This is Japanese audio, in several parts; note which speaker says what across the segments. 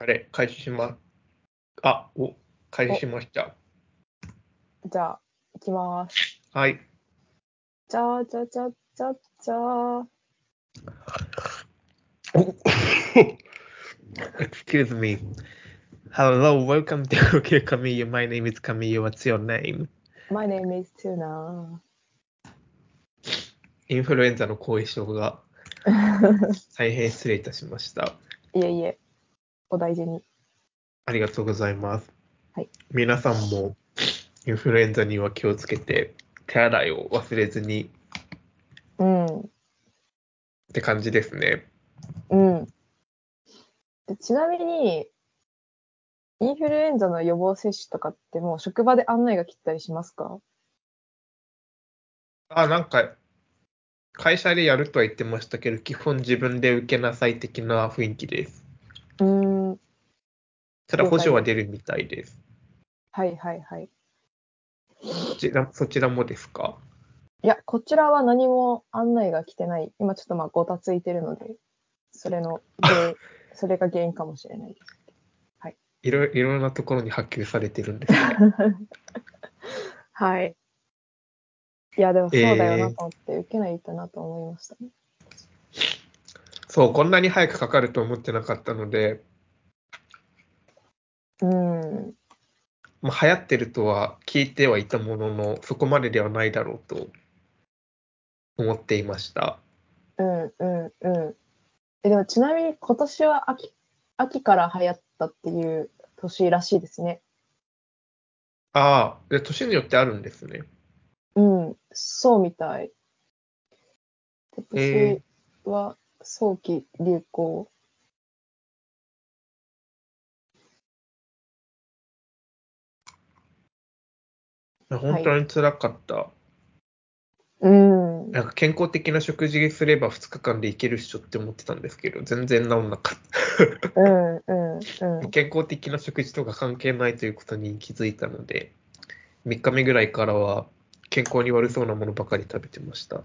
Speaker 1: あれ、開始しま、あ、お、開始しました。
Speaker 2: じゃあ、いきます。
Speaker 1: はい。
Speaker 2: じゃあじゃじゃじゃじゃー。
Speaker 1: Excuse me. Hello, welcome to OK Camille. My name is Camille. What's your name?
Speaker 2: My name is Tuna.
Speaker 1: インフルエンザの後遺症が大変失礼いたしました。
Speaker 2: いえいえ、お大事に。
Speaker 1: ありがとうございます。
Speaker 2: はい、
Speaker 1: 皆さんもインフルエンザには気をつけて、手洗いを忘れずに
Speaker 2: うん、
Speaker 1: って感じですね。
Speaker 2: うん。ちなみに、インフルエンザの予防接種とかってもう職場で案内が来たりしますか
Speaker 1: あ、なんか、会社でやるとは言ってましたけど、基本自分で受けなさい的な雰囲気です。
Speaker 2: うーん、は
Speaker 1: ただ補助は出るみたいです。
Speaker 2: いはいはい。
Speaker 1: そちらそちらもですか
Speaker 2: いや、こちらは何も案内が来てない。今ちょっとまあごたついてるので、それの、でそれが原因かもしれないです。
Speaker 1: いろいろなところに波及されてるんです ね。
Speaker 2: はい。いや、でもそうだよ
Speaker 1: え
Speaker 2: な
Speaker 1: ー
Speaker 2: と思って、受けないとなと思いましたね。
Speaker 1: そう、こんなに早くかかると思ってなかったので、
Speaker 2: うん。
Speaker 1: まあ、流行ってるとは聞いてはいたものの、そこまでではないだろうと思っていました。
Speaker 2: うん、うん、うん。え、でもちなみに今年は秋、秋から流行ったっていう年らしいですね。
Speaker 1: ああ、で年によってあるんですね。
Speaker 2: うん、そうみたい。今
Speaker 1: え
Speaker 2: 年は早期流行。
Speaker 1: 本当につらかった。
Speaker 2: うん。
Speaker 1: なんか健康的な食事すれば2日間でいけるっしょって思ってたんですけど、全然治んなかっ
Speaker 2: うんうんうん
Speaker 1: た。健康的な食事とか関係ないということに気づいたので、3日目ぐらいからは健康に悪そうなものばかり食べてました。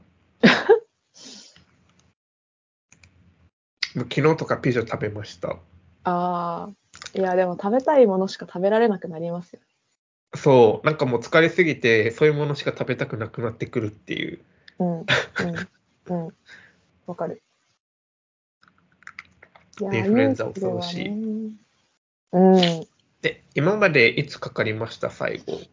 Speaker 1: 昨日とかピザ食べました。
Speaker 2: ああいやでも食べたいものしか食べられなくなりますよ
Speaker 1: そう、なんかもう疲れすぎて、そういうものしか食べたくなくなってくるっていう。
Speaker 2: うんうんうんわかるいや
Speaker 1: インフルエンザ恐ろしい
Speaker 2: インフルはね
Speaker 1: で、今までいつかかりました、最後。
Speaker 2: うん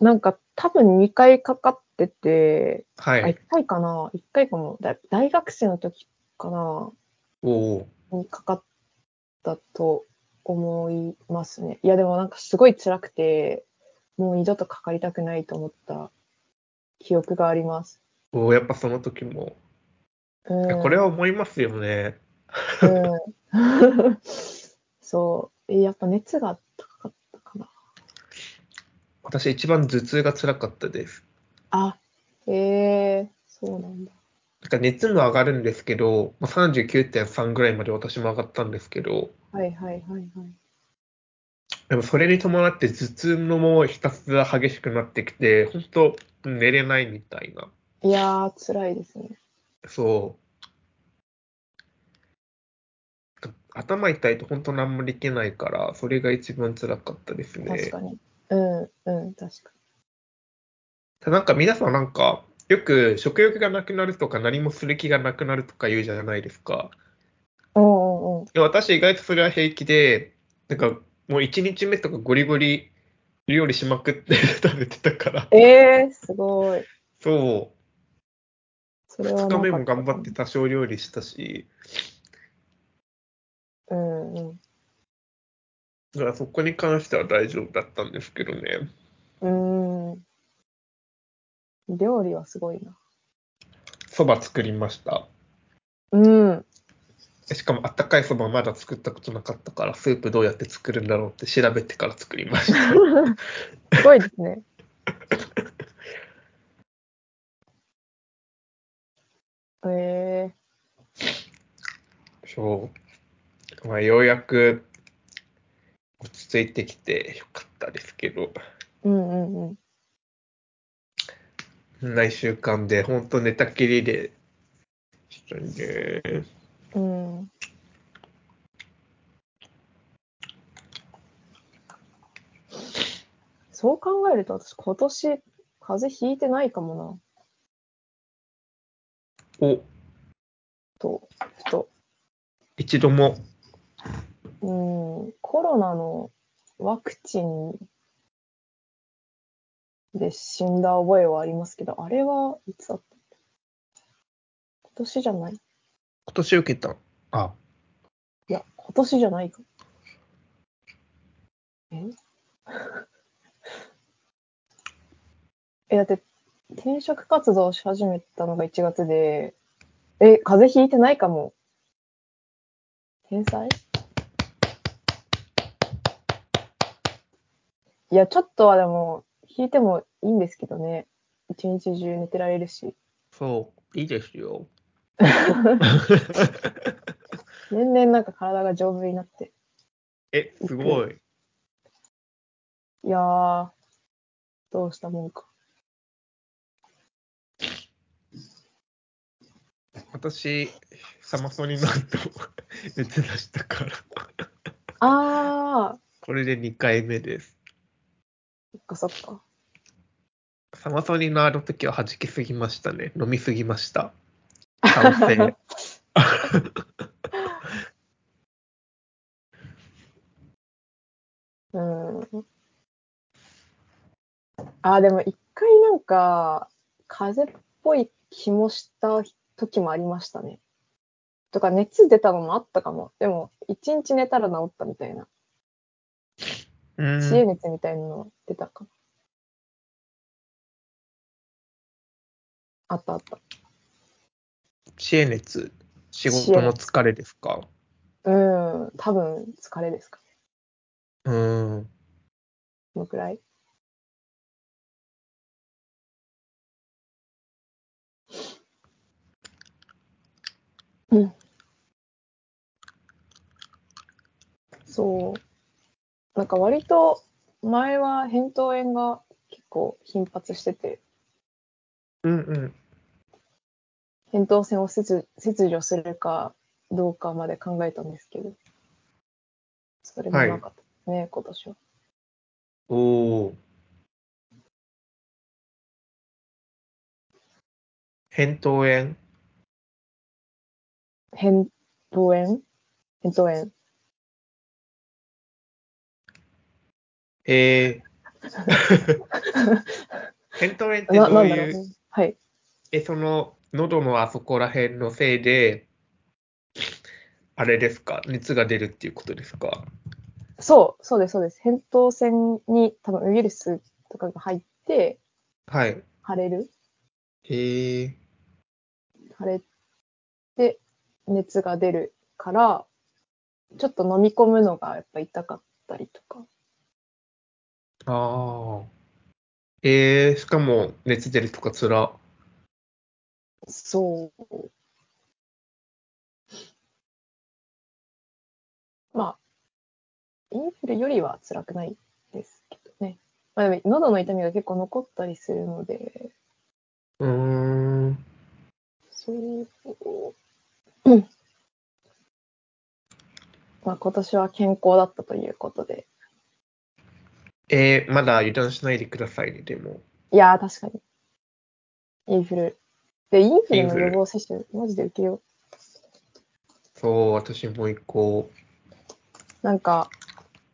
Speaker 2: なんか多分2回かかってて、
Speaker 1: は
Speaker 2: あ1
Speaker 1: い。
Speaker 2: 回かな1回かもだ大学生の時かな
Speaker 1: おお
Speaker 2: にかかったと思いますねいやでもなんかすごい辛くてもう二度とかかりたくないと思った記憶があります
Speaker 1: ー。おーやっぱその時も。いや
Speaker 2: うん
Speaker 1: これは思いますよね。
Speaker 2: うん、 そう。えやっぱ熱が高かったかな。
Speaker 1: 私一番頭痛が辛かったです。
Speaker 2: あ、えー、そうなんだ。
Speaker 1: なんか熱も上がるんですけど、まあ、39.3ぐらいまで私も上がったんですけど、
Speaker 2: はいはいはいはい。
Speaker 1: でもそれに伴って頭痛のもひたすら激しくなってきて、本当寝れないみたいな。
Speaker 2: いやー、辛いですね。
Speaker 1: そう。頭痛いと本当何もできないから、それが一番辛かったです
Speaker 2: 確
Speaker 1: ね。
Speaker 2: かに。うんうん、確か
Speaker 1: ただなんか皆さんなんか、よく食欲がなくなるとか何もする気がなくなるとか言うじゃないですか。
Speaker 2: に。うんうんうん。
Speaker 1: で私意外とそれは平気で、なんかもう1日目とかゴリゴリ料理しまくって食べてたから。
Speaker 2: えー、すごい。
Speaker 1: そ。
Speaker 2: そうれは
Speaker 1: 2
Speaker 2: な
Speaker 1: 日
Speaker 2: ん
Speaker 1: 目
Speaker 2: か
Speaker 1: も頑張って。多少料理したし、
Speaker 2: うんうん。
Speaker 1: だからそこに関しては大丈夫だったんですけどね。
Speaker 2: うーん。料理はすごいな。
Speaker 1: そば作りました。
Speaker 2: うん。
Speaker 1: しかもあったかいそばまだ作ったことなかったから、スープどうやって作るんだろうって調べてから作りました。
Speaker 2: すごいで すね。えー。
Speaker 1: そう。まあ、ようやく落ち着いてきてよかったですけど、
Speaker 2: うんうんうん。
Speaker 1: 来週間で本当寝たきりで、ちょっとね、
Speaker 2: うん、そう考えると、私今年、風邪ひいてないかもな、
Speaker 1: お、
Speaker 2: と、ふと。
Speaker 1: 一度も。
Speaker 2: うん、コロナのワクチンで死んだ覚えはありますけど、あれはいつだった今年じゃない
Speaker 1: 今年受けた。あ、
Speaker 2: いや、今年じゃないか。え え、だって、転職活動し始めたのが1月で、え、風邪ひいてないかも。天才いや、ちょっとはでも、ひいてもいいんですけどね。一日中寝てられるし。
Speaker 1: そう、いいですよ。
Speaker 2: 年々なんか体が丈夫になって。
Speaker 1: え、すごい。
Speaker 2: いやー、どうしたもんか。
Speaker 1: 私、サマソニの後、熱出したから、
Speaker 2: あー、
Speaker 1: これで2回目です。
Speaker 2: そっかそっか。
Speaker 1: サマソニのあの時は弾きすぎましたね。飲みすぎました。賛成。
Speaker 2: うん。あー、でも一回なんか、風邪っぽい気もした時もありましたね。とか、熱出たのもあったかも。でも、一日寝たら治ったみたいな。
Speaker 1: う
Speaker 2: 知恵
Speaker 1: ん。
Speaker 2: 熱みたいなのは出たかも。あったあった。
Speaker 1: 知恵熱。仕事の疲れですか
Speaker 2: うん、多分疲れですかね。
Speaker 1: うん。
Speaker 2: このくらい。うん。そう。なんか割と前は扁桃炎が結構頻発してて、
Speaker 1: うんうん。
Speaker 2: 扁桃腺を切切除するかどうかまで考えたんですけど、それもなかったですね、今年は。
Speaker 1: おお。扁桃炎
Speaker 2: 扁桃炎扁桃炎。
Speaker 1: え ー、扁桃炎って
Speaker 2: な、
Speaker 1: ど
Speaker 2: な
Speaker 1: うん
Speaker 2: だろ
Speaker 1: いうう
Speaker 2: ね。はい。
Speaker 1: え、その、喉のあそこら辺のせいで、あれですか、熱が出るっていうことですか。
Speaker 2: そう、そうです、そうです。扁桃腺に多分ウイルスとかが入って、
Speaker 1: はい。
Speaker 2: 腫れる
Speaker 1: へえ。
Speaker 2: 腫れて、熱が出るから、ちょっと飲み込むのがやっぱ痛かったりとか。
Speaker 1: ああ。ええ、しかも、熱出るとかつら。
Speaker 2: そう。まあ、インフルよりは辛くないですけどね。まあでも、喉の痛みが結構残ったりするので、
Speaker 1: うーん。
Speaker 2: そう。まあ今年は健康だったということで。
Speaker 1: ええ、まだ油断しないでくださいね、でも。
Speaker 2: いやー確かに。インフル。で、インフル
Speaker 1: イン
Speaker 2: の
Speaker 1: フル
Speaker 2: 予防接種、マジで受けよう。
Speaker 1: そう、私も行こ
Speaker 2: なんか、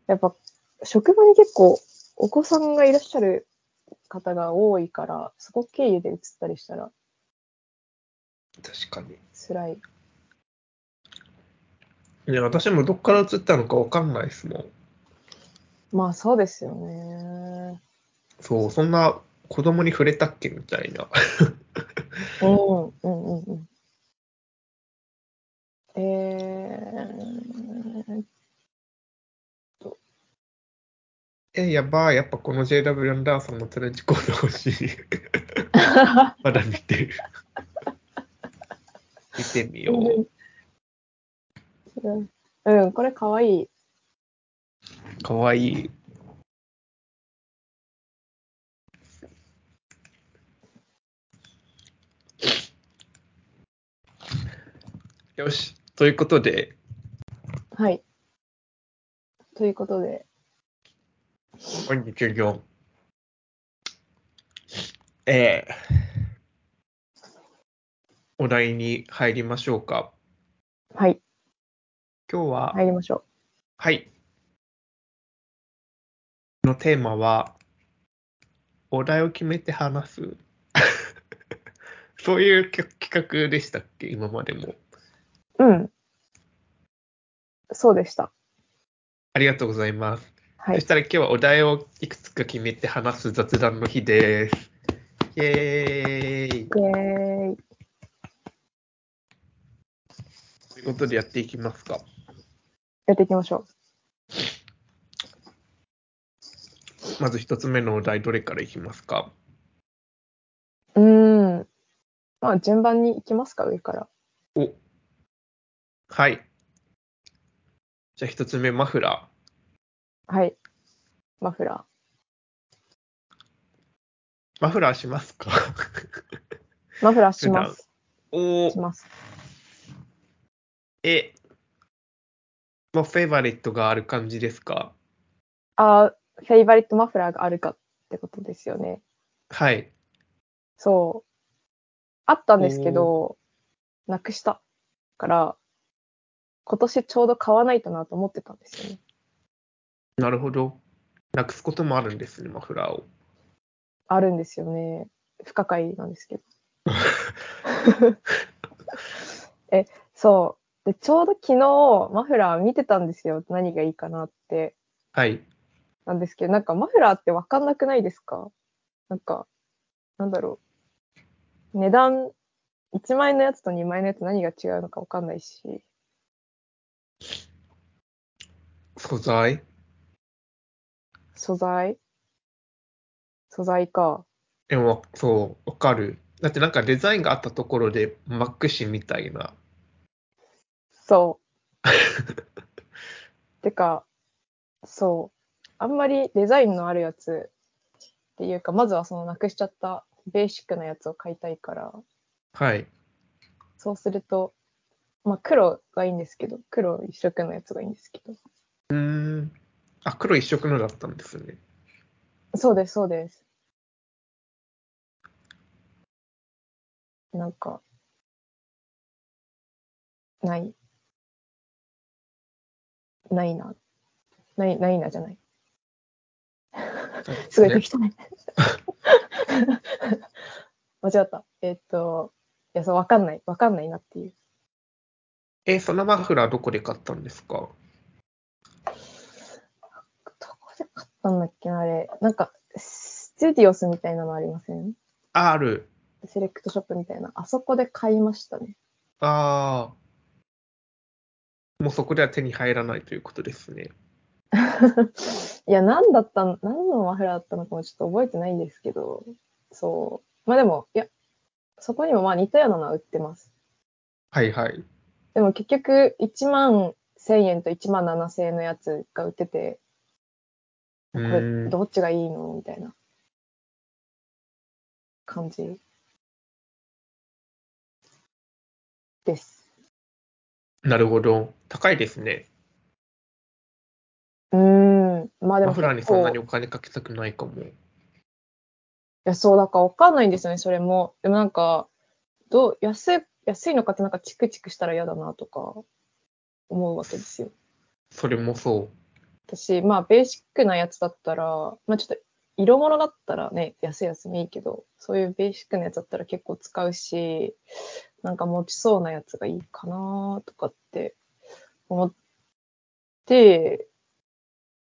Speaker 2: やっぱ、職場に結構お子さんがいらっしゃる方が多いから、そこ経由で移ったりしたら
Speaker 1: う。確かに。
Speaker 2: 辛い。
Speaker 1: いや、私もどっから移ったのかわかんないですもん。
Speaker 2: まあそうですよね。
Speaker 1: そう、そんな子供に触れたっけみたいな。
Speaker 2: うん、うん、うん、うん。えー、
Speaker 1: え、やばい、やっぱこの JW アンダーソンのトレンチコート欲しい。 まだ見てる。 見てみよう。
Speaker 2: うんうん、これかわいい。
Speaker 1: かわいい。よし、ということで、
Speaker 2: はい。ということで、
Speaker 1: 本日4、ええお題に入りましょうか。
Speaker 2: はい、
Speaker 1: 今日は、
Speaker 2: 入りましょ
Speaker 1: はい。のテーマは、お題を決めて話す。 そういうきょ企画でしたっけ、今までも。
Speaker 2: う。うん。そうでした。
Speaker 1: ありがとうございます。
Speaker 2: は
Speaker 1: そ
Speaker 2: い
Speaker 1: し。たら今日はお題をいくつか決めて話す雑談の日です。イエーイ
Speaker 2: イェーイ。
Speaker 1: ということでやっていきますか。
Speaker 2: やっていきましょ
Speaker 1: まず一つ目のお題、どれからいきますか
Speaker 2: う。うーん。まあ、順番に行きますか、上から。
Speaker 1: おはい。じゃあ一つ目、マフラ
Speaker 2: はい。マフラ
Speaker 1: ー。マフラーしますか
Speaker 2: ー。マフラーします。
Speaker 1: お
Speaker 2: し
Speaker 1: ー
Speaker 2: ます。
Speaker 1: え、もうフェイバリットがある感じですか
Speaker 2: あーフェイバリットマフラーがあるかってことですよね。
Speaker 1: はい。
Speaker 2: そう。あったんですけど、なくしたから、今年ちょうど買わないとなと思ってたんですよね。
Speaker 1: なるほど。なくすこともあるんですね、マフラーを。
Speaker 2: あるんですよね。不可解なんですけど。え、そう。で、ちょうど昨日、マフラー見てたんですよ。何がいいかなって。
Speaker 1: はい。
Speaker 2: なんですけど、なんかマフラーってわかんなくないですかなんか、なんだろう。値段、1万円のやつと2万円のやつ何が違うのかわかんないし。
Speaker 1: 素材
Speaker 2: 素材素材か。
Speaker 1: でも、そう、わかる。だってなんかデザインがあったところで、マックシみたいな。
Speaker 2: そう。てか、そう。あんまりデザインのあるやつっていうか、まずはそのなくしちゃったベーシックなやつを買いたいから、
Speaker 1: はい。
Speaker 2: そうすると、まあ黒がいいんですけど、黒一色のやつがいいんですけど。
Speaker 1: うーん。あ、黒一色のだったんですね。
Speaker 2: そうです、そうです。なんか、ない。ないな。ない、ないなじゃない。すごい
Speaker 1: ね
Speaker 2: 適当ね。間違った。えっと、いや、そう、わかんない。わかんないなっていう。
Speaker 1: え、そのマフラーどこで買ったんですか
Speaker 2: どこで買ったんだっけな、あれ。なんか、ステュディオスみたいなのありません
Speaker 1: あある。
Speaker 2: セレクトショップみたいな。あそこで買いましたね。
Speaker 1: ああ。もうそこでは手に入らないということですね。
Speaker 2: いや、何だったの、何のマフラーだったのかもちょっと覚えてないんですけど、そう。まあでも、いや、そこにもまあ似たようなのは売ってます。
Speaker 1: はいはい。
Speaker 2: でも結局、1万1000円と1万7000円のやつが売ってて、
Speaker 1: う
Speaker 2: こ
Speaker 1: ー
Speaker 2: れ、
Speaker 1: ん。
Speaker 2: どっちがいいのみたいな感じです。
Speaker 1: なるほど。高いですね。
Speaker 2: うーん。まあで
Speaker 1: マ
Speaker 2: も
Speaker 1: フ
Speaker 2: 結構、
Speaker 1: ラーにそんなにお金かけたくないかも。
Speaker 2: いや、そう、だから分かんないんですよね、それも。でもなんか、どう、安い、安いのかってなんかチクチクしたら嫌だなとか、思うわけですよ。
Speaker 1: それもそ
Speaker 2: 私、まあ、ベーシックなやつだったら、まあちょっと、色物だったらね、安い安みいいけど、そういうベーシックなやつだったら結構使うし、なんか持ちそうなやつがいいかなとかって思って、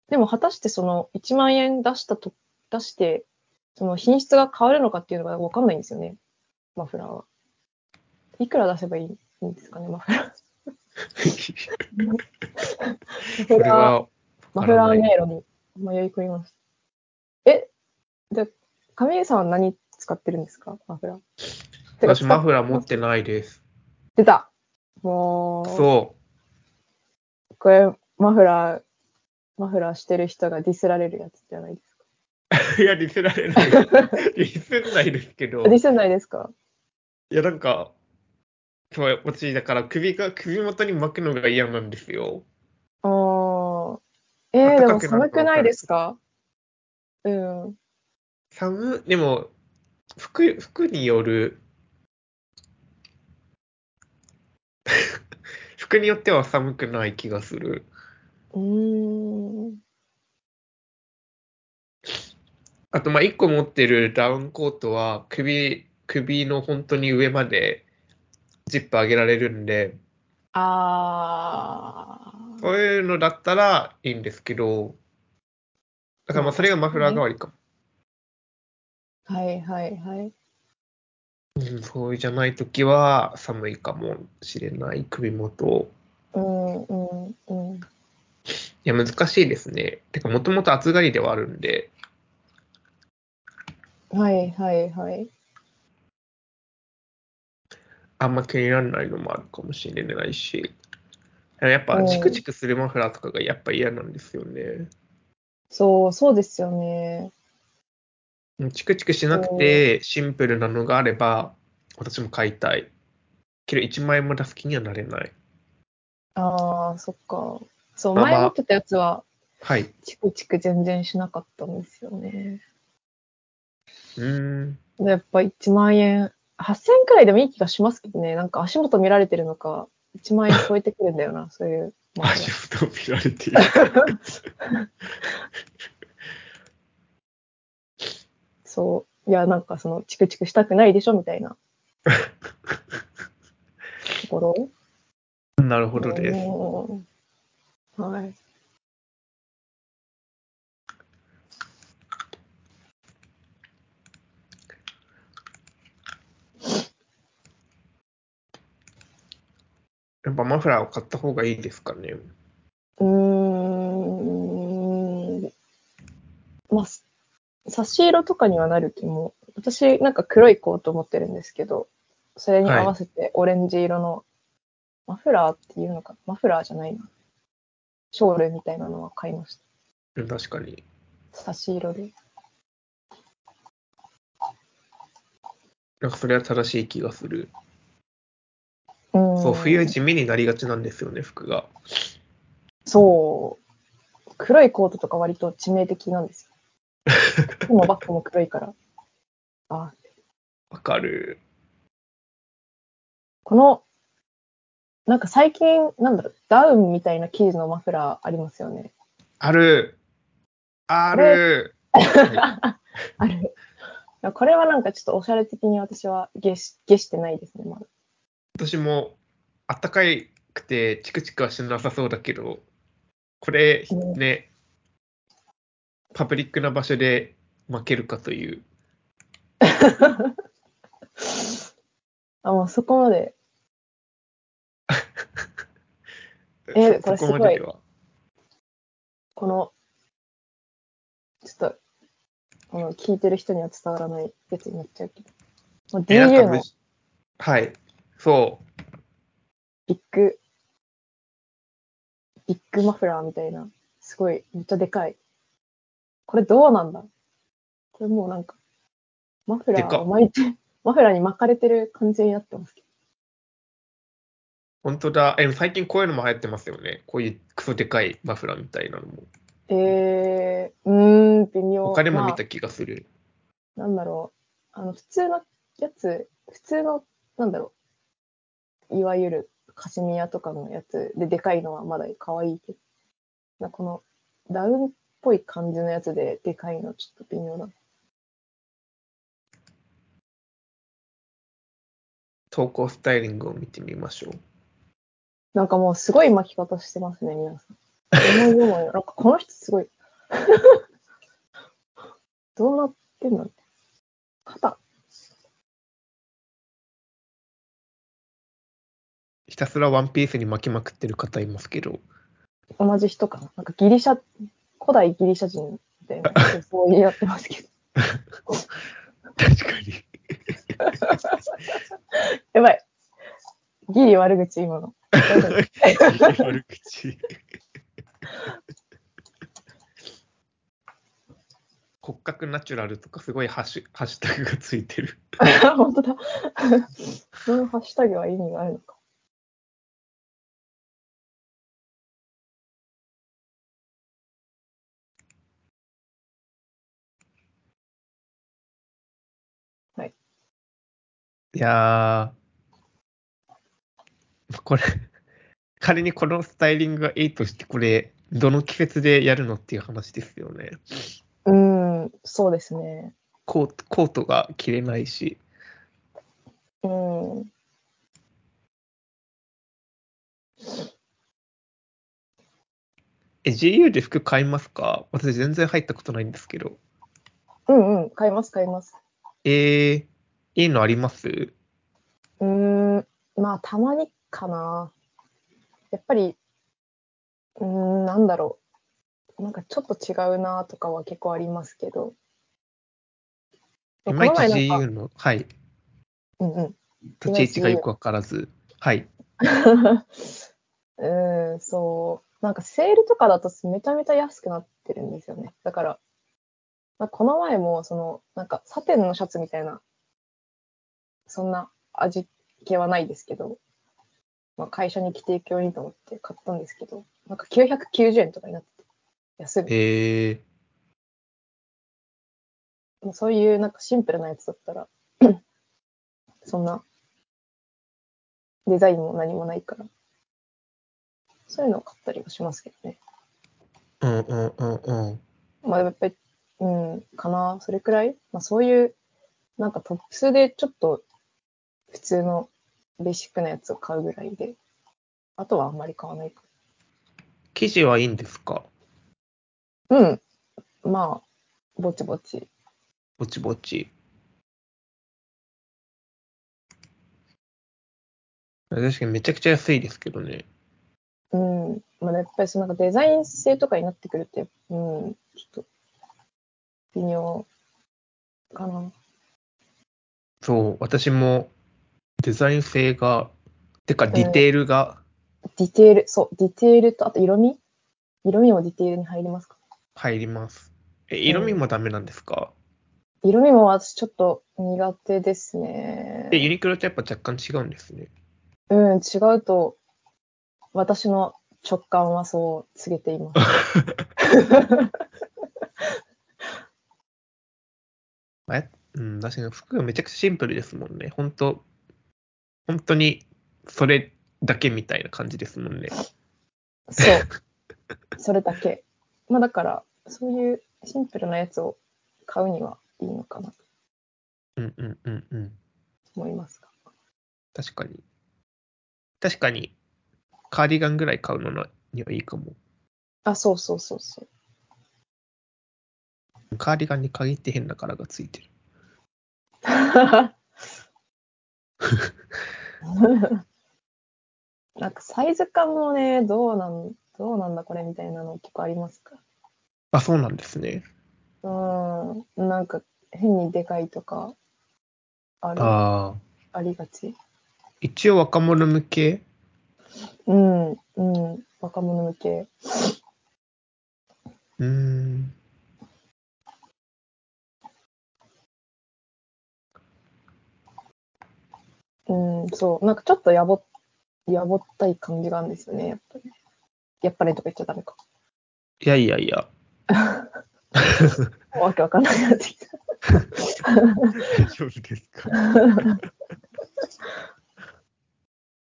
Speaker 2: でも果たしてその1万円出したと、出して、その品質が変わるのかっていうのがわかんないんですよね、マフラーは。いくら出せばいいんですかね、マフラー。
Speaker 1: う。
Speaker 2: マ
Speaker 1: そ
Speaker 2: フ
Speaker 1: れ
Speaker 2: ラー
Speaker 1: は、
Speaker 2: マフラー迷路に迷い込みます。え、で、神江さんは何使ってるんですかマフラー。てか
Speaker 1: 私マフラー持
Speaker 2: 使っ
Speaker 1: ってないです。
Speaker 2: 出たもう、
Speaker 1: そ
Speaker 2: これ、マフラー、マフラーしてる人がディスられるやつじゃないです
Speaker 1: う。 いや、リスられ ない。リスらないですけど
Speaker 2: か。。ディスんないですか
Speaker 1: いや、なんか、そう、私、だから首が、首元に巻くのが嫌なんですよ。
Speaker 2: あーえー、で
Speaker 1: 暖かくな
Speaker 2: も
Speaker 1: る
Speaker 2: 寒
Speaker 1: と分かる
Speaker 2: くないですかうん。
Speaker 1: 寒、でも、服、服による、 服によっては寒くない気がする。
Speaker 2: うーん。
Speaker 1: あと、まあ、1個持ってるダウンコートは、首、首の本当に上まで、ジップ上げられるんで、
Speaker 2: あー。
Speaker 1: そういうのだったらいいんですけど、だからまあ、それがマフラー代わりかも。
Speaker 2: はいはいはい。
Speaker 1: うん、そうじゃないときは、寒いかもしれない、首元。
Speaker 2: うんうんうん。
Speaker 1: いや、難しいですね。てか、もともと暑がりではあるんで、
Speaker 2: はいはいはい。
Speaker 1: あんま気にならないのもあるかもしれないし、やっぱ
Speaker 2: うん
Speaker 1: チクチクするマフラーとかがやっぱ嫌なんですよね。
Speaker 2: そう、そうですよね。
Speaker 1: チクチクしなくてシンプルなのがあれば、私も買いたい。けど1万円も出す気にはなれない。
Speaker 2: あー、そっか。そう、
Speaker 1: まあまあ
Speaker 2: 前持ってたやつは、
Speaker 1: はい。う
Speaker 2: チクチク全然しなかったんですよね。
Speaker 1: ーん。
Speaker 2: でやっぱ1万円、8000円くらいでもいい気がしますけどね。なんか足元見られてるのか、1万円超えてくるんだ よな、そういう。まあ
Speaker 1: 足元を見られている。
Speaker 2: そう。いや、なんかその、チクチクしたくないでしょみた いな。ところ
Speaker 1: なるほどです。
Speaker 2: す。はい。
Speaker 1: やっぱマフラーを買った方がいいですかね。
Speaker 2: うーん。まあ、す差し色とかにはなるけども、私なんか黒いコート持ってるんですけど、それに合わせてオレンジ色の、マフラーっていうのか、マフラーじゃないな。ショールみたいなのは買いまし
Speaker 1: 確かに。
Speaker 2: た。差し色で。
Speaker 1: なんかそれは正しい気がする。
Speaker 2: うん。
Speaker 1: そう、冬地味になりがちなんですよね、服が。
Speaker 2: そう。黒いコートとか割と致命的なんです よ。靴もバッグも黒いから。あ、
Speaker 1: わかる。
Speaker 2: この、なんか最近、なんだろう、ダウンみたいな生地のマフラーありますよね。
Speaker 1: ある。ある。は
Speaker 2: ある。いやこれはなんかちょっとおしゃれ的に私はゲし、ゲしてないですね、まだ。
Speaker 1: 私もあったかいくてチクチクはしなさそうだけど、これ
Speaker 2: うん
Speaker 1: ね、パブリックな場所で負けるかという。
Speaker 2: あ、もうそこまで。え
Speaker 1: そ
Speaker 2: こ
Speaker 1: そ
Speaker 2: れす
Speaker 1: こ
Speaker 2: ごい
Speaker 1: まででは。
Speaker 2: この、ちょっと、この聞いてる人には伝わらないやつになっちゃうけど。もう
Speaker 1: いや
Speaker 2: DU
Speaker 1: 多分
Speaker 2: の
Speaker 1: はい。そう。
Speaker 2: ビッグ、ビッグマフラーみたいな、すごい、めっちゃでかい。これどうなんだこれもうなんか、マフラ
Speaker 1: でか
Speaker 2: ー
Speaker 1: っ
Speaker 2: を巻いて、マフラーに巻かれてる感じになってますけ
Speaker 1: 本当だ。え、最近こういうのも流行ってますよね。こういうクソでかいマフラーみたいなのも。
Speaker 2: ど。えー、うーん、微妙。
Speaker 1: 他でも見
Speaker 2: ま
Speaker 1: た気がする。
Speaker 2: あ、なんだろう。あの、普通のやつ、普通の、なんだろう。いわゆるカシミヤとかのやつででかいのはまだ可愛いけど、なこのダウンっぽい感じのやつででかいのちょっと微妙だな
Speaker 1: 投稿スタイリングを見てみましょう。
Speaker 2: なんかもうすごい巻き方してますね、皆さん。思い思いの。なんかこの人すごい。 どうなってんの肩。
Speaker 1: ひたすらワンピースに巻きまくってる方いますけ ど、
Speaker 2: 同じ人かな。なんかギリシャ、古代ギリシャ人みたいな人、そう言い合ってますけど。
Speaker 1: 確かに。
Speaker 2: やばい。ギリ悪口、今の。大丈夫
Speaker 1: 悪口。骨格ナチュラルとかすごいハッシュハッシュタグがついてる。
Speaker 2: 本当だ。そのハッシュタグは意味があるのか。はい。
Speaker 1: いやー、これ、仮にこのスタイリングがいいとして、これ、どの季節でやるのっていう話ですよね。
Speaker 2: うん、そうですね。
Speaker 1: コートコートが着れないし。
Speaker 2: うん。
Speaker 1: え、GU で服買いますか私全然入ったことないんですけど。
Speaker 2: うんうん、買います、買います。
Speaker 1: えー、いいのあります
Speaker 2: うーん、まあ、たまにかな。やっぱり、うーん、なんだろう。なんかちょっと違うなとかは結構ありますけど。
Speaker 1: い
Speaker 2: こ
Speaker 1: まい
Speaker 2: の
Speaker 1: ち
Speaker 2: 前なんか、
Speaker 1: GU の、はい、
Speaker 2: うんうん。
Speaker 1: 立ち位置がよくわからず。はい。
Speaker 2: うん、そう。なんかセールとかだとめちゃめちゃ安くなってるんですよね。だから、まあ、この前も、その、なんかサテンのシャツみたいな、そんな味気はないですけど、まあ、会社に着ていくようにと思って買ったんですけど、なんか990円とかになってて、安い。
Speaker 1: え
Speaker 2: もうそういうなんかシンプルなやつだったら、 そんなデザインも何もないから、そういうのを買ったりはしますけどね。
Speaker 1: ー、うんうんうんうん。
Speaker 2: まあ、やっぱり、うん、かな、それくらい、まあ、そういう、なんかトップスでちょっと普通のベーシックなやつを買うぐらいで、あとはあんまり買わないか。
Speaker 1: 生地はいいんですか
Speaker 2: うん、まあ、ぼちぼち。
Speaker 1: ぼちぼち。確かにめちゃくちゃ安いですけどね。
Speaker 2: うん、まあ、やっぱりそのなんかデザイン性とかになってくると、うん、ちょっと、微妙かな。
Speaker 1: そう、私もデザイン性が、てかディテールが
Speaker 2: ディテール、そう、ディテールと、あと色味色味もディテールに入りますか
Speaker 1: 入ります。え、色味もダメなんですか、
Speaker 2: 色味も私ちょっと苦手ですね。
Speaker 1: で、ユニクロとやっぱ若干違うんですね。
Speaker 2: うん、違うと、私の直感はそう告げています。
Speaker 1: まあやうん、確かに服がめちゃくちゃシンプルですもんね。本当本当にそれだけみたいな感じですもんね。
Speaker 2: そう。それだけ。まあだから、そういうシンプルなやつを買うにはいいのかなと
Speaker 1: うんうんうんうん。
Speaker 2: 思いますが。
Speaker 1: 確かに。確かに、カーディガンぐらい買うのにはいいかも。
Speaker 2: あ、そうそうそうそう。
Speaker 1: カーディガンに限って変な柄がついてる。
Speaker 2: なんかサイズ感もね、どうなん、どうなんだこれみたいなの結構ありますか
Speaker 1: あ、そうなんですね。
Speaker 2: うん、なんか変にでかいとか、ある、あ
Speaker 1: ああ。
Speaker 2: りがち。
Speaker 1: 一応若者向け
Speaker 2: うん、うん、若者向け。
Speaker 1: うーん。
Speaker 2: うん、そう。なんかちょっとやぼ、やぼったい感じがあるんですよね、やっぱり。やっぱりとか言っちゃダメか。
Speaker 1: いやいやいや。
Speaker 2: わけわかんなくなってきた。
Speaker 1: 大丈夫です か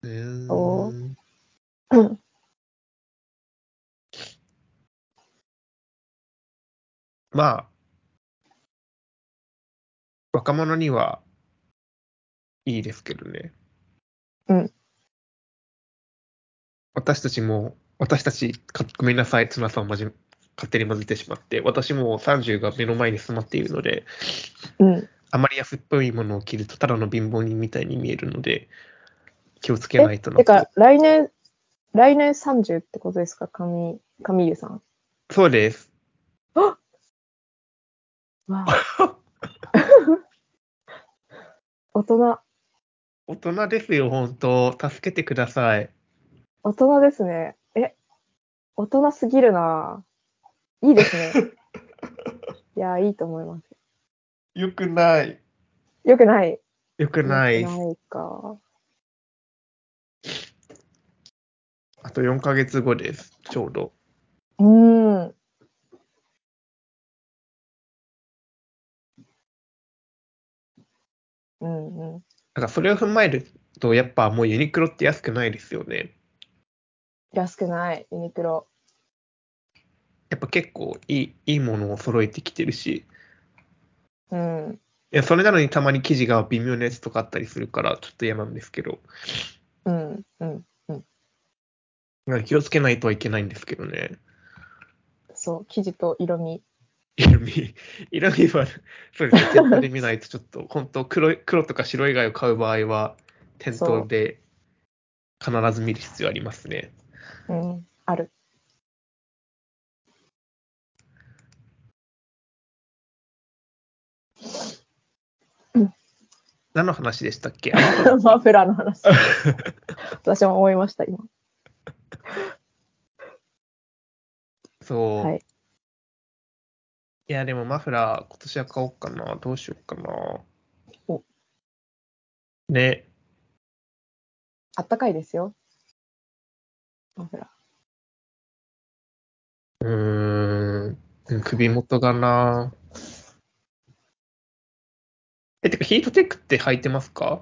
Speaker 1: う
Speaker 2: お
Speaker 1: ーん。
Speaker 2: うん
Speaker 1: まあ、若者にはいいですけどね。
Speaker 2: うん。
Speaker 1: 私たちも、私たち、かごめんなさい、ツナさんをまじ勝手に混ぜてしまって、私も30が目の前に迫っているので、
Speaker 2: うん。
Speaker 1: あまり安っぽいものを着ると、ただの貧乏人みたいに見えるので、気をつけないとな
Speaker 2: て
Speaker 1: と
Speaker 2: か、来年、来年30ってことですか、かみ、かみゆさん。
Speaker 1: そうです。
Speaker 2: わあ 大人、
Speaker 1: 大人ですよ、本当。助けてください。
Speaker 2: 大人ですね。え、大人すぎるなぁいいですね。 いや、いいと思います。
Speaker 1: よくない。
Speaker 2: よくない。
Speaker 1: よくない
Speaker 2: よ。くないか。
Speaker 1: あと4ヶ月後です、ちょうど。
Speaker 2: うん。うんうん。
Speaker 1: なんかそれを踏まえると、やっぱもうユニクロって安くないですよね。
Speaker 2: 安くない、ユニクロ。
Speaker 1: やっぱ結構いいいいものを揃えてきてるし、
Speaker 2: うん。
Speaker 1: いやそれなのにたまに生地が微妙なやつとかあったりするから、ちょっと嫌なんですけど、
Speaker 2: うん。うん。
Speaker 1: なんか気をつけないといけないんですけどね。
Speaker 2: そう、生地と色味。
Speaker 1: 色味、色味は、そうですね、店頭で見ないとちょっと、本当黒い、黒とか白以外を買う場合は、店頭で必ず見る必要ありますね。
Speaker 2: うん。ある。
Speaker 1: 何の話でしたっけ
Speaker 2: マフラーの話。 私も思いました、今。
Speaker 1: そう。
Speaker 2: はい
Speaker 1: い、や、でもマフラー、今年は買おうかな。どうしようかな。
Speaker 2: お
Speaker 1: ね、
Speaker 2: あったかいですよ。マフラ
Speaker 1: うーん、でも首元がな。え、てか、ヒートテックって履いてますか、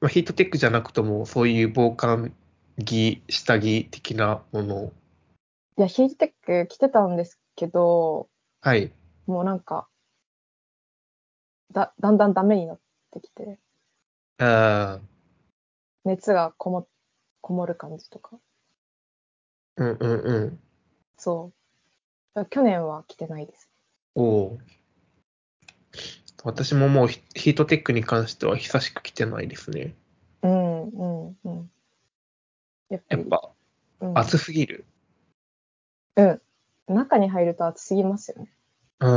Speaker 1: まあ、ヒートテックじゃなくとも、そういう防寒着、下着的なもの。
Speaker 2: ー。いや、ヒートテック着てたんですけど、
Speaker 1: はい。
Speaker 2: もうなんか、だ、だんだんダメになってきて、
Speaker 1: あ
Speaker 2: 熱がこも、こもる感じとか。
Speaker 1: ーうんうんうん。
Speaker 2: そう。だから去年は着てないです。
Speaker 1: おお。私ももうヒヒートテックに関しては久しく着てないですね。
Speaker 2: うん、うん、うん。やっぱ
Speaker 1: やっ
Speaker 2: り、
Speaker 1: ぱ
Speaker 2: うん、
Speaker 1: 暑すぎる。
Speaker 2: 中に入ると暑すぎますよね。
Speaker 1: うん。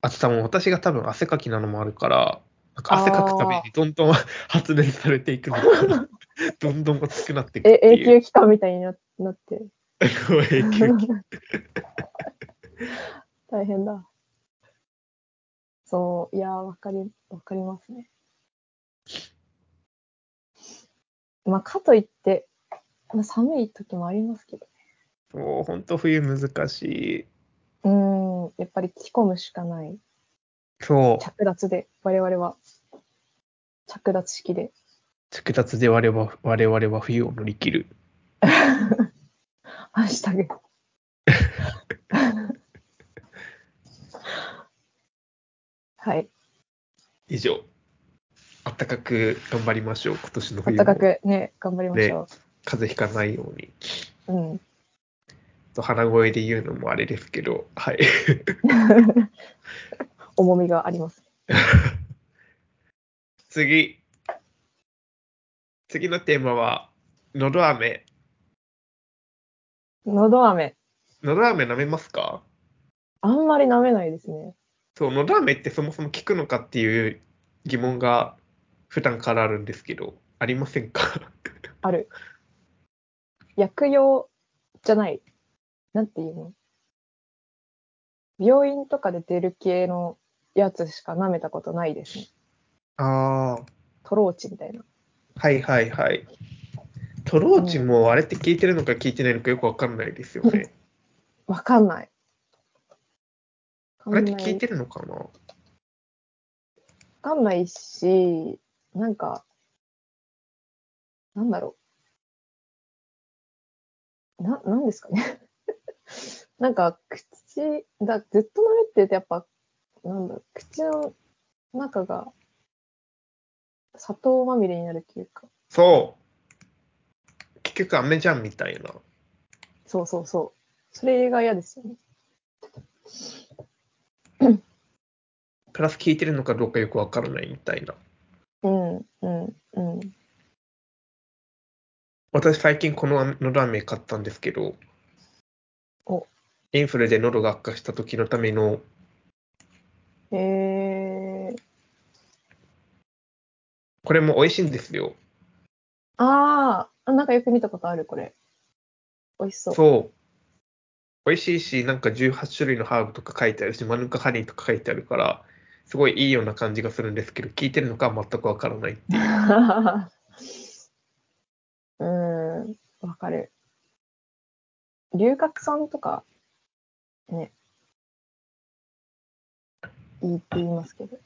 Speaker 1: あと多分私が多分汗かきなのもあるから、なんか汗かくため
Speaker 2: あ
Speaker 1: にどんどん発電されていくの が、どんどん熱くなっていく
Speaker 2: え
Speaker 1: っ、て
Speaker 2: 永
Speaker 1: いう。
Speaker 2: 久期間みたいにななって、
Speaker 1: 永久
Speaker 2: 大変だ。そう、いやー、わかり、わかりますね。まあ、かといって、まあ、寒い時もありますけど、
Speaker 1: もう本当冬難しい。
Speaker 2: うーん、やっぱり着込むしかない。
Speaker 1: そう。
Speaker 2: 着脱で、我々は、着脱式で。
Speaker 1: 着脱で我々は我々は冬を乗り切る。
Speaker 2: ハッシュタグ。はい。
Speaker 1: 以上。あったかく頑張りましょう。今年の
Speaker 2: あっ
Speaker 1: 冬も
Speaker 2: たか
Speaker 1: 風
Speaker 2: くね、頑張りましょ
Speaker 1: 邪ひかないように。
Speaker 2: う。うん。
Speaker 1: と鼻声で言うのもあれですけど、はい。
Speaker 2: 重みがあります。
Speaker 1: 次。次のテーマは、のど飴。
Speaker 2: のど飴。
Speaker 1: のど飴舐めますか
Speaker 2: あんまり舐めないですね。
Speaker 1: そう、のど飴ってそもそも効くのかっていう疑問が普段からあるんですけど、ありませんか
Speaker 2: ある。薬用じゃない。なんていうの病院とかで出る系のやつしか舐めたことないですね。
Speaker 1: ああ、
Speaker 2: トローチみたいな。
Speaker 1: はいはいはい。トローチもあれって効いてるのか効いてないのかよくわかんないですよね。
Speaker 2: わかんない。
Speaker 1: あれって効いてるのかな
Speaker 2: わかんないし、なんか、なんだろう。な、なんですかね。 なんか、口、だ、ずっと舐めてるとやっぱ、なんだろう、口の中が、砂糖まみれになるっていうか、
Speaker 1: そう。結局飴じゃんみたいな。
Speaker 2: そうそうそう。それが嫌ですよね。
Speaker 1: プラス効いてるのかどうかよくわからないみたいな。
Speaker 2: うん、うん、うん。
Speaker 1: 私最近この喉飴買ったんですけど
Speaker 2: お
Speaker 1: インフルで喉が悪化した時のための
Speaker 2: えー、
Speaker 1: これも美味しいんですよ
Speaker 2: あー、なんかよく見たことある、これ。美味しそう。
Speaker 1: そう美味しいしなんか18種類のハーブとか書いてあるしマヌカハニーとか書いてあるからすごいいいような感じがするんですけど聞いてるのかは全くわからない
Speaker 2: うーん、わかる。龍角散とか、ね、いいって言いますけど。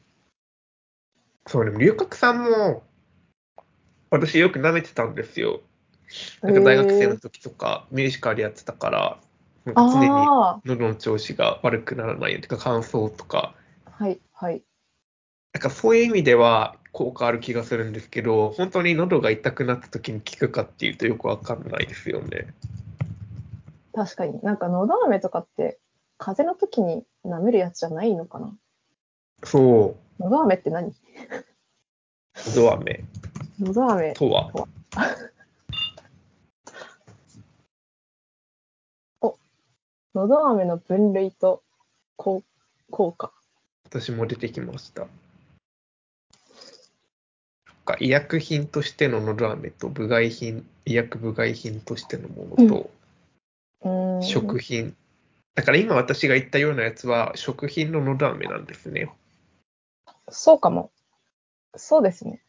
Speaker 1: そう、でも龍角散も、私よく舐めてたんですよ。
Speaker 2: へ
Speaker 1: なんか大学生の
Speaker 2: ー
Speaker 1: 時とか、ミュージカルやってたから、なんか常に
Speaker 2: あ
Speaker 1: 喉の調子が悪くならないとか、乾燥とか、
Speaker 2: あ、はい、はい。
Speaker 1: なんかそういう意味では効果ある気がするんですけど、本当に喉が痛くなった時に効くかっていうとよくわかんないですよね。
Speaker 2: 確かに。なんか、のど飴とかって、風邪の時に舐めるやつじゃないのかな。
Speaker 1: そ
Speaker 2: のど飴って何
Speaker 1: う、喉飴
Speaker 2: のど飴。
Speaker 1: とは。
Speaker 2: のど飴の分類と効効果。
Speaker 1: 私も出てきました。そっか医薬品としてののど飴と部外品、医薬部外品としてのものと、
Speaker 2: うーん。
Speaker 1: 食品。だから今私が言ったようなやつは食品ののど飴なんですね。
Speaker 2: そうかも。そうですね。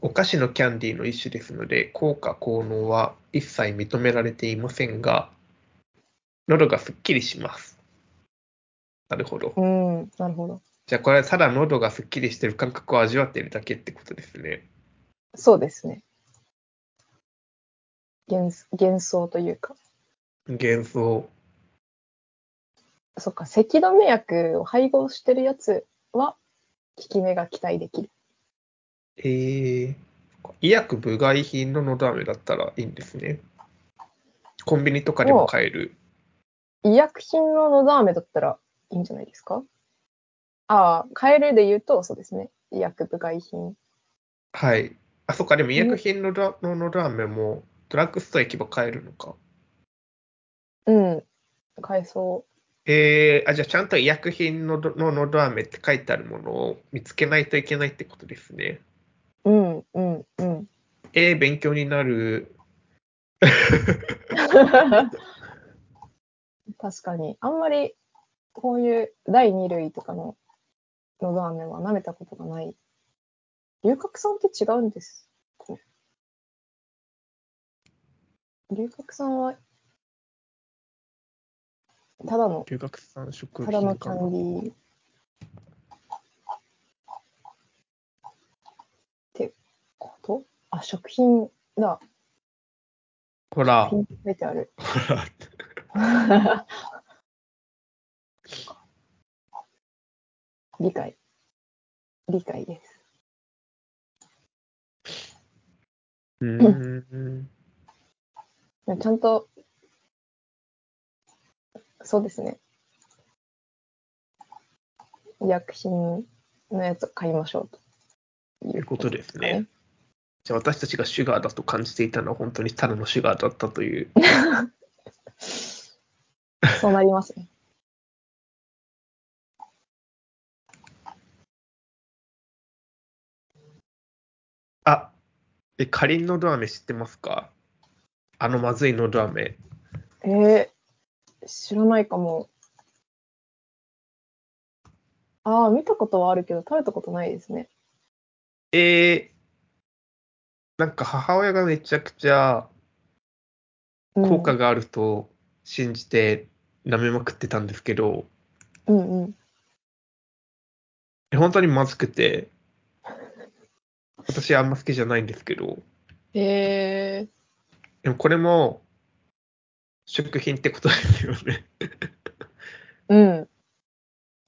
Speaker 1: お菓子のキャンディーの一種ですので、効果、効能は一切認められていませんが、喉がすっきりします。なるほど。
Speaker 2: うーん。なるほど。
Speaker 1: じゃあこれはただ喉がすっきりしてる感覚を味わっているだけってことですね。
Speaker 2: そうですね。幻幻想というか。
Speaker 1: 幻想。
Speaker 2: そっか、咳止め薬を配合してるやつは、効き目が期待できる。
Speaker 1: えー、医薬部外品の喉飴だったらいいんですね。コンビニとかでも買える。
Speaker 2: 医薬品ののど飴だったらいいんじゃないですかああ、カエルで言うと、そうですね。医薬部外品。
Speaker 1: はい。あ、そっか、でも医薬品のどの喉飴もドラッグストア行けば買えるのか。
Speaker 2: うん。買えそ
Speaker 1: えー、あじゃあちゃんと医薬品のどののど飴って書いてあるものを見つけないといけないってことですね。
Speaker 2: う。うん、うん、うん。
Speaker 1: えー、勉強にな る。
Speaker 2: 確かに。あんまり、こういう第2類とかののど飴は舐めたことがない。龍角散って違うんですかね。龍角散は、ただの
Speaker 1: 留学産食
Speaker 2: ただの
Speaker 1: 品
Speaker 2: キ
Speaker 1: か
Speaker 2: ャン
Speaker 1: な。
Speaker 2: ディー。ってことあ、食品だ。
Speaker 1: ほら
Speaker 2: ピ、ンと書いてある。
Speaker 1: ほら。
Speaker 2: 理解。理解です。
Speaker 1: うーん。
Speaker 2: ちゃんと、そうですね。医薬品のやつを買いましょうと。
Speaker 1: いうことですね。じゃあ私たちがシュガーだと感じていたのは本当にただのシュガーだったという。
Speaker 2: そうなりますね。
Speaker 1: あ、え、かりんのど飴知ってますかあのまずいのど飴。
Speaker 2: えー、知らないかも。ああ、見たことはあるけど、食べたことないですね。
Speaker 1: えー、なんか母親がめちゃくちゃ
Speaker 2: うん
Speaker 1: 効果があると信じて舐めまくってたんですけど、
Speaker 2: うんうん。
Speaker 1: 本当にまずくて、私あんま好きじゃないんですけど、
Speaker 2: え
Speaker 1: でもこれも食品ってことですよね。
Speaker 2: ー、うん。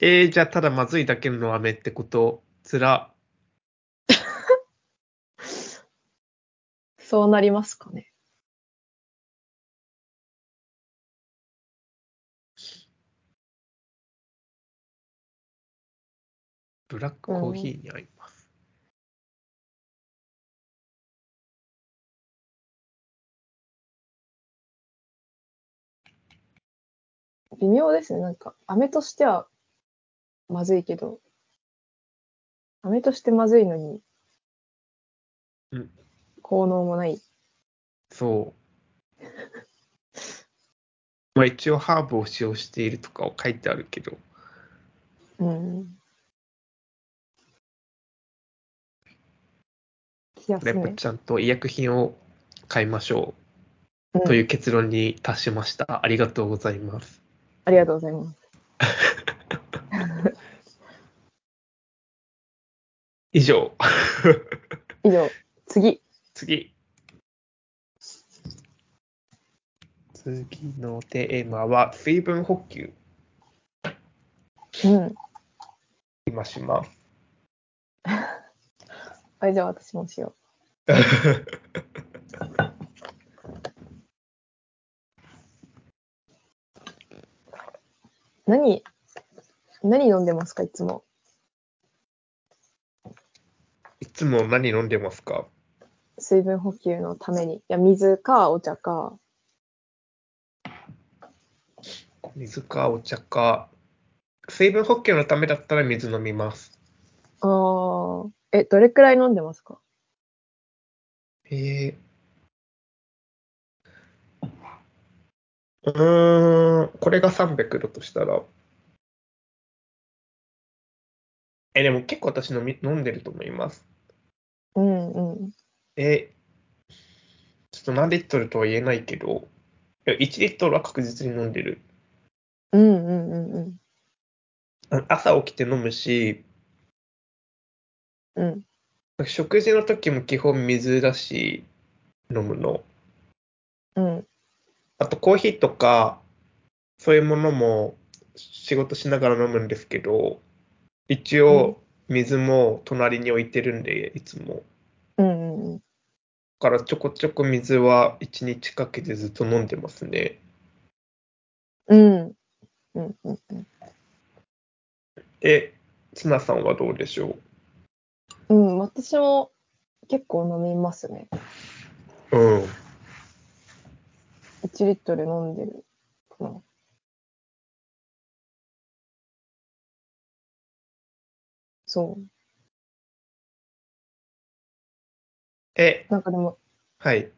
Speaker 1: えー、じゃあただまずいだけの飴ってこと、つら。
Speaker 2: そうなりますかね。
Speaker 1: ブラックコーヒーに合います。
Speaker 2: 微妙ですね。なんか、飴としてはまずいけど、飴としてまずいのに
Speaker 1: うん、
Speaker 2: 効能もない。
Speaker 1: そう。まあ一応ハーブを使用しているとかを書いてあるけど、
Speaker 2: うん。気
Speaker 1: や
Speaker 2: 休
Speaker 1: っぱ
Speaker 2: め。
Speaker 1: ちゃんと医薬品を買いましょ
Speaker 2: う
Speaker 1: うとい
Speaker 2: ん、
Speaker 1: う結論に達しました。ありがとうございます。
Speaker 2: ありがとうございます。
Speaker 1: 以上。
Speaker 2: 以上、次。
Speaker 1: 次。次のテーマは、水分補給、
Speaker 2: うん。
Speaker 1: 今します。
Speaker 2: はい、じゃあ私もしよう。何、何飲んでますか、いつも。
Speaker 1: いつも何飲んでますか
Speaker 2: 水分補給のために。いや、水かお茶か。
Speaker 1: 水かお茶か。水分補給のためだったら水飲みます。
Speaker 2: あーえ、どれくらい飲んでますか
Speaker 1: えー、うーん、これが300だとしたら。え、でも結構私飲み飲んでると思います。
Speaker 2: うんうん。
Speaker 1: え、ちょっと何リットルとは言えないけど、いや1リットルは確実に飲んでる。
Speaker 2: うんうんうんうん。
Speaker 1: あ朝起きて飲むし、
Speaker 2: うん。
Speaker 1: 食事の時も基本水だし、飲むの。
Speaker 2: うん。
Speaker 1: あとコーヒーとか、そういうものも仕事しながら飲むんですけど、一応水も隣に置いてるんで、いつも。
Speaker 2: うんうんうん。
Speaker 1: だからちょこちょこ水は1日かけてずっと飲んでますね。
Speaker 2: うん。うんうんうん
Speaker 1: え、ツナさんはどうでしょ
Speaker 2: うん、私も結構飲みますね。
Speaker 1: ううん。
Speaker 2: 1リットル飲んでるかな。そう。
Speaker 1: え、
Speaker 2: なんかでも、
Speaker 1: はい。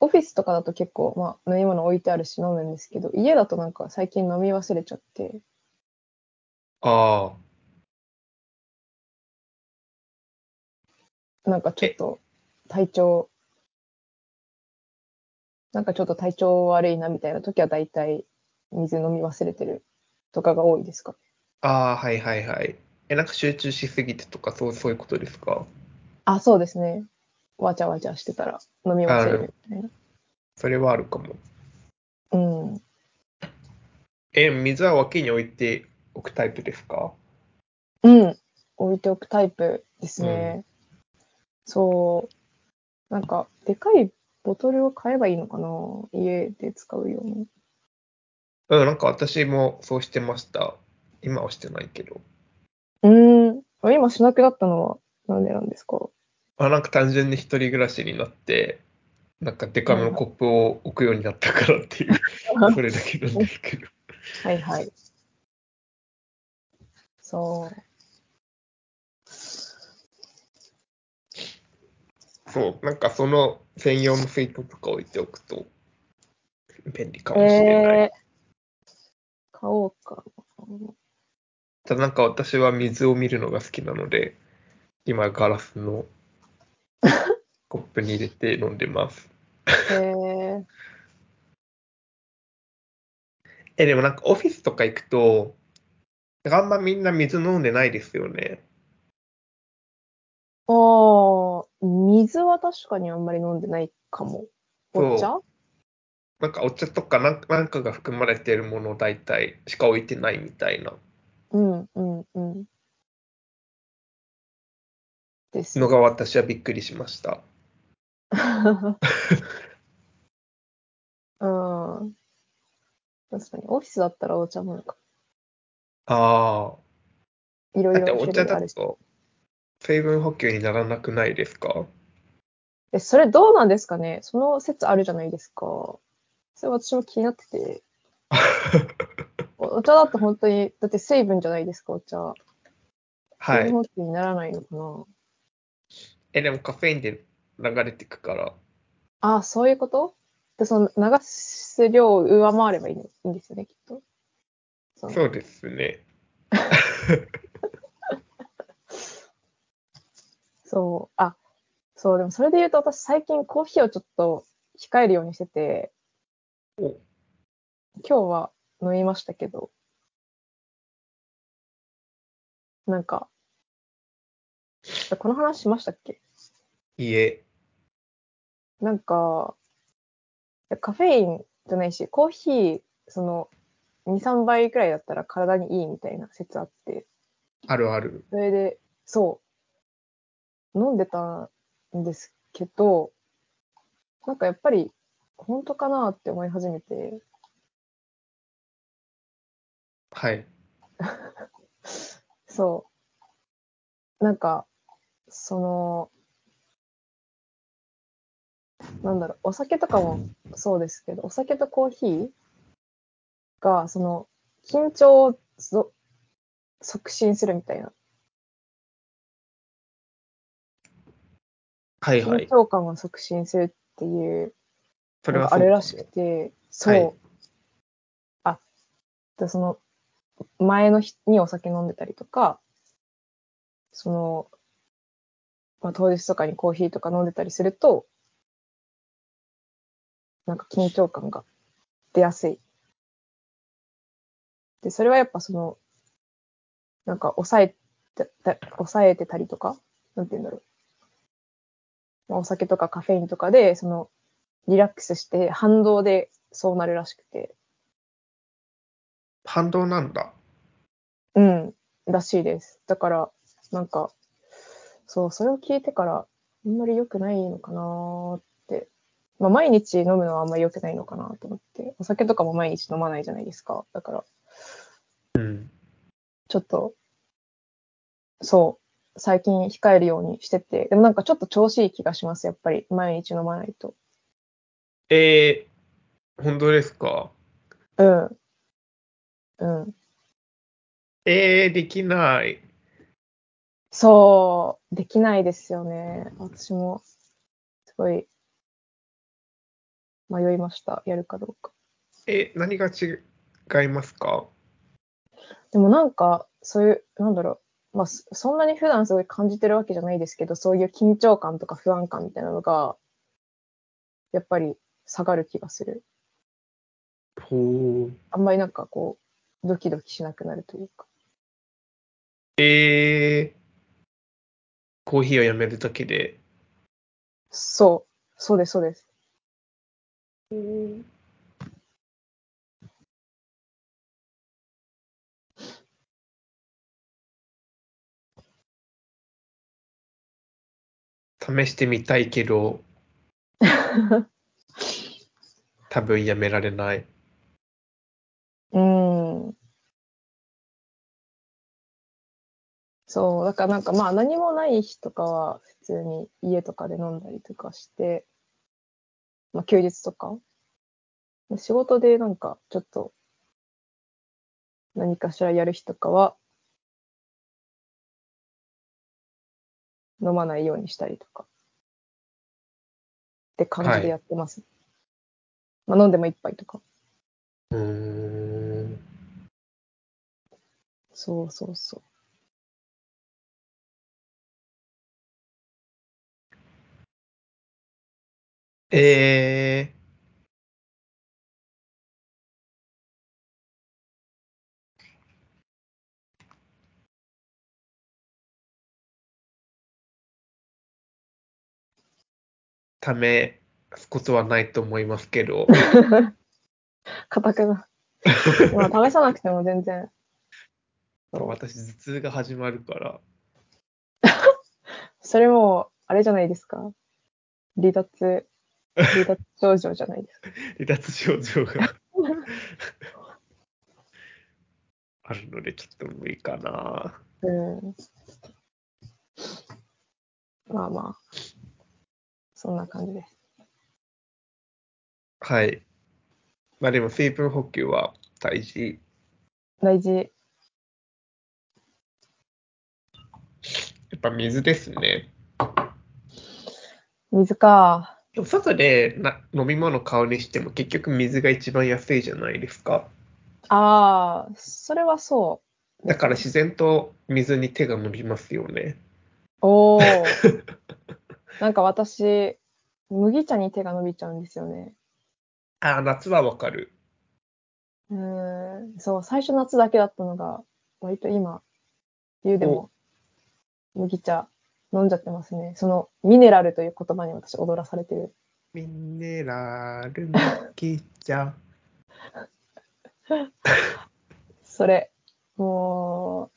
Speaker 2: オフィスとかだと結構、まあ、飲み物置いてあるし飲むんですけど、家だとなんか最近飲み忘れちゃって、
Speaker 1: ああ。
Speaker 2: なんかちょっと体調、なんかちょっと体調悪いなみたいな時は大体水飲み忘れてるとかが多いですか
Speaker 1: ああ、はいはいはい。え、なんか集中しすぎてとか、そう、そういうことですか
Speaker 2: あ、そうですね。わちゃわちゃしてたら飲み忘れるみたいな。
Speaker 1: それはあるかも。
Speaker 2: うん。
Speaker 1: え、水は脇に置いておくタイプですか
Speaker 2: うん。置いておくタイプですね。そう。なんか、でかいボトルを買えばいいのかな家で使うように。
Speaker 1: うん、なんか私もそうしてました。今はしてないけど。
Speaker 2: うーん。今しなくなったのはなんでなんですか
Speaker 1: あ、なんか単純に一人暮らしになって、なんかデカめのコップを置くようになったからっていう、
Speaker 2: うん
Speaker 1: それだけなんですけど。
Speaker 2: はいはい。そう。
Speaker 1: そう、なんかその専用の水筒とか置いておくと便利かもしれない。
Speaker 2: えー、買おうか。
Speaker 1: ただなんか私は水を見るのが好きなので、今ガラスのコップに入れて飲んでます。
Speaker 2: えー、
Speaker 1: え、でもなんかオフィスとか行くと、あんまみんな水飲んでないですよね。
Speaker 2: ああ、水は確かにあんまり飲んでないかも。お茶
Speaker 1: なんかお茶とかなんかなんかが含まれてるもの大体しか置いてないみたいな
Speaker 2: うんうんうん。です。
Speaker 1: のが私はびっくりしました。
Speaker 2: うん。確かに、オフィスだったらお茶もなんか、
Speaker 1: あ
Speaker 2: い
Speaker 1: あ。
Speaker 2: ろい
Speaker 1: だって
Speaker 2: ろ
Speaker 1: お
Speaker 2: 種
Speaker 1: 茶
Speaker 2: 類あ
Speaker 1: だ
Speaker 2: るし。
Speaker 1: と水分補給にならなくないです か
Speaker 2: え、それどうなんですかねその説あるじゃないですか。それ私も気になってて。おお茶だと本当に、だって水分じゃないですか、お茶。
Speaker 1: は
Speaker 2: 水
Speaker 1: い
Speaker 2: 分。補給にならないのかな。
Speaker 1: え、でもカフェインで流れてくから。
Speaker 2: ああ、そういうことで、その流す量を上回ればいいのいいんですよね、きっと。その
Speaker 1: そうですね。
Speaker 2: そう、あ、そう、でもそれで言うと私最近コーヒーをちょっと控えるようにしてて、
Speaker 1: お
Speaker 2: 今日は飲みましたけど、なんか、この話しましたっけ
Speaker 1: いいえ。
Speaker 2: なんか、いやカフェインじゃないし、コーヒー、その、2、3倍くらいだったら体にいいみたいな説あって、
Speaker 1: あるある。
Speaker 2: それで、そう、飲んでたんですけど、なんかやっぱり、本当かなって思い始めて、
Speaker 1: はい。
Speaker 2: そう、なんか、その、なんだろう、お酒とかもそうですけど、お酒とコーヒーが、その、緊張をぞ促進するみたいな。
Speaker 1: はいは
Speaker 2: 緊
Speaker 1: い。
Speaker 2: 張感を促進するっていう、
Speaker 1: それ
Speaker 2: なん
Speaker 1: はそ
Speaker 2: かあ
Speaker 1: う
Speaker 2: れ
Speaker 1: からも
Speaker 2: しくて、そう。
Speaker 1: はい
Speaker 2: あ、でその、前の日にお酒飲んでたりとか、その、まあ、当日とかにコーヒーとか飲んでたりすると、なんか緊張感が出やすい。で、それはやっぱその、なんか抑えて、だ抑えてたりとか、なんて言うんだろう。まあ、お酒とかカフェインとかで、その、リラックスして反動でそうなるらしくて、
Speaker 1: 反動なんだ。
Speaker 2: うん、らしいです。だから、なんか、そう、それを聞いてから、あんまり良くないのかなーって。まあ、毎日飲むのはあんまり良くないのかなと思って、お酒とかも毎日飲まないじゃないですか。だから、
Speaker 1: うん。
Speaker 2: ちょっと、そう、最近控えるようにしてて、でもなんかちょっと調子いい気がします、やっぱり。毎日飲まないと。
Speaker 1: えー、本当ですか。
Speaker 2: うん。うん。
Speaker 1: えー、できない。
Speaker 2: そう、できないですよね。私も、すごい、迷いました。やるかどうか。
Speaker 1: え、何が違いますか
Speaker 2: でもなんか、そういう、なんだろう。まあ、そそんなに普段すごい感じてるわけじゃないですけど、そういう緊張感とか不安感みたいなのが、やっぱり下がる気がする。
Speaker 1: ほう。
Speaker 2: あんまりなんかこう、ドキドキしなくなるというか。
Speaker 1: えー、コーヒーをやめるだけで。
Speaker 2: そう、そうです、そうです。
Speaker 1: 試してみたいけど、多分やめられない。
Speaker 2: うんそう、だからなんかまあ何もない日とかは普通に家とかで飲んだりとかして、まあ休日とか。仕事でなんかちょっと何かしらやる日とかは飲まないようにしたりとかって感じでやってます。まあ飲んでも一杯とか。
Speaker 1: うーん。
Speaker 2: そうそうそう。
Speaker 1: えー、試すことはないと思いますけど、
Speaker 2: かたくな。まあ、試さなくても全然。
Speaker 1: 私、頭痛が始まるから、
Speaker 2: それも、あれじゃないですか。離脱、離脱症状じゃないですか。
Speaker 1: 離脱症状があるので、ちょっと無理かな。
Speaker 2: うん。まあまあ。そんな感じです。
Speaker 1: はい。まあでも、水分補給は大事。
Speaker 2: 大事。
Speaker 1: やっぱ水ですね。
Speaker 2: 水か。
Speaker 1: でも外でな飲み物買うにしても結局水が一番安いじゃないですか。
Speaker 2: ああ、それはそ
Speaker 1: だから自然と水に手が伸びますよね。
Speaker 2: う。おお。なんか私、麦茶に手が伸びちゃうんですよね。
Speaker 1: ああ、夏はわかる。
Speaker 2: うーん、そう、最初夏だけだったのが、割と今、冬でも、麦茶飲んじゃってますね。そのミネラルという言葉に私踊らされてる。
Speaker 1: ミネラルのきちゃん。
Speaker 2: それ、も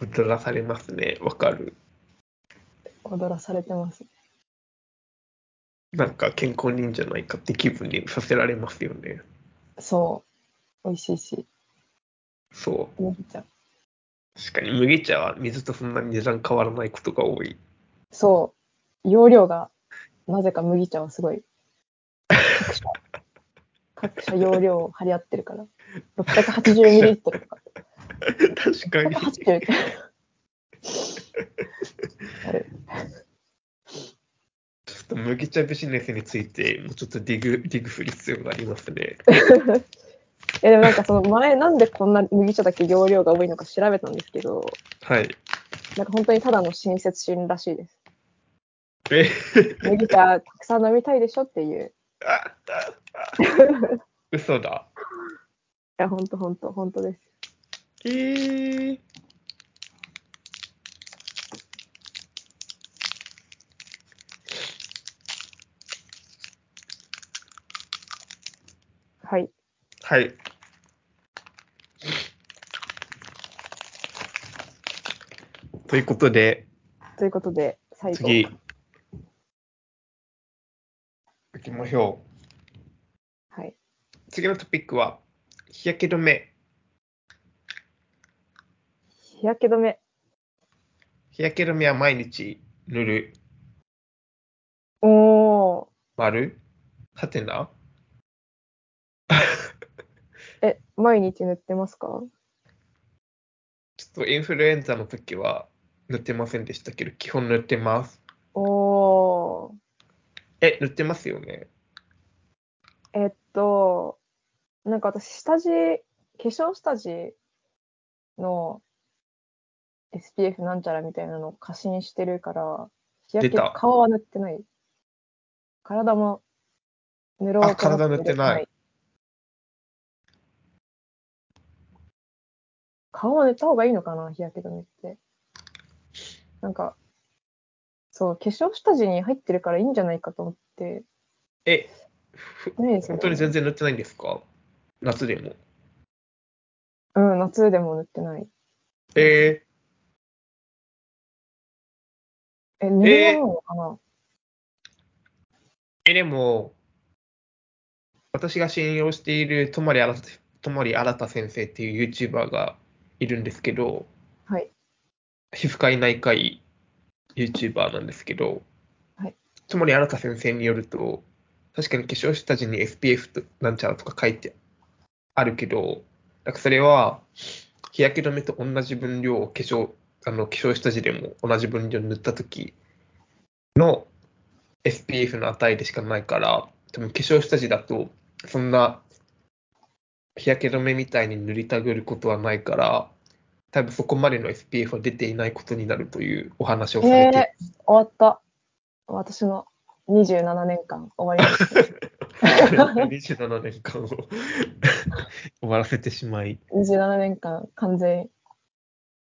Speaker 1: 踊らされますね。わかる。
Speaker 2: う踊らされてます。
Speaker 1: なんか健康にいいんじゃないかって気分にさせられますよね。
Speaker 2: そう。美味しいし、
Speaker 1: そ
Speaker 2: 麦茶。
Speaker 1: う。確かに麦茶は水とそんなに値段変わらないことが多い。
Speaker 2: そう。容量が、なぜか麦茶はすごい。各社、各社容量を張り合ってるから。680ml とか。
Speaker 1: 確かに。
Speaker 2: 680って。ある。
Speaker 1: ちょっと麦茶ビジネスについて、もうちょっとディグ、ディグする必要がありますね。
Speaker 2: えでもなんかその前なんでこんな麦茶だけ容量が多いのか調べたんですけど、
Speaker 1: はい。
Speaker 2: なんか本当にただの親切心らしいです。
Speaker 1: え、
Speaker 2: 麦茶たくさん飲みたいでしょっていう。
Speaker 1: あ、あ、あ嘘だ。
Speaker 2: いや、本当本当本当です。
Speaker 1: えー、
Speaker 2: はい。
Speaker 1: はい。ということで、
Speaker 2: ということで、最後。
Speaker 1: 次。行きましょう。
Speaker 2: はい。
Speaker 1: 次のトピックは、日焼け止め。
Speaker 2: 日焼け止め。
Speaker 1: 日焼け止めは毎日塗る。
Speaker 2: おー。
Speaker 1: 丸はてな
Speaker 2: え、毎日塗ってますか
Speaker 1: ちょっとインフルエンザの時は塗ってませんでしたけど、基本塗ってます。
Speaker 2: おー。
Speaker 1: え、塗ってますよね。
Speaker 2: えっと、なんか私、下地、化粧下地の SPF なんちゃらみたいなのを過信してるから、日焼け、
Speaker 1: 出た
Speaker 2: 顔は塗ってない。体も塗ろうと思ってる
Speaker 1: あ体塗ってない
Speaker 2: は顔は塗った方がいいのかな、日焼け止めって。なんか、そう、化粧下地に入ってるからいいんじゃないかと思って、
Speaker 1: え、ふ
Speaker 2: ないです
Speaker 1: 本
Speaker 2: よね
Speaker 1: 当に全然塗ってないんですか夏でも。
Speaker 2: うん、夏でも塗ってない。
Speaker 1: え
Speaker 2: え、塗り物なのかな、
Speaker 1: ー、え、でも、私が信用している泊新泊新先生っていう YouTuber がいるんですけど、
Speaker 2: はい。
Speaker 1: 皮膚科医内科医 YouTuber なんですけど、
Speaker 2: はい、
Speaker 1: つまり新田先生によると、確かに化粧下地に SPF となんちゃらとか書いてあるけど、なんかそれは日焼け止めと同じ分量を化粧あの化粧下地でも同じ分量塗った時の SPF の値でしかないから、多分化粧下地だとそんな日焼け止めみたいに塗りたぐることはないから、多分そこまでの SPF は出ていないことになるというお話をされて、
Speaker 2: えー、終わった。私の27年間終わりまし
Speaker 1: 27年間を 終わらせてしまい、
Speaker 2: た。27年間完全、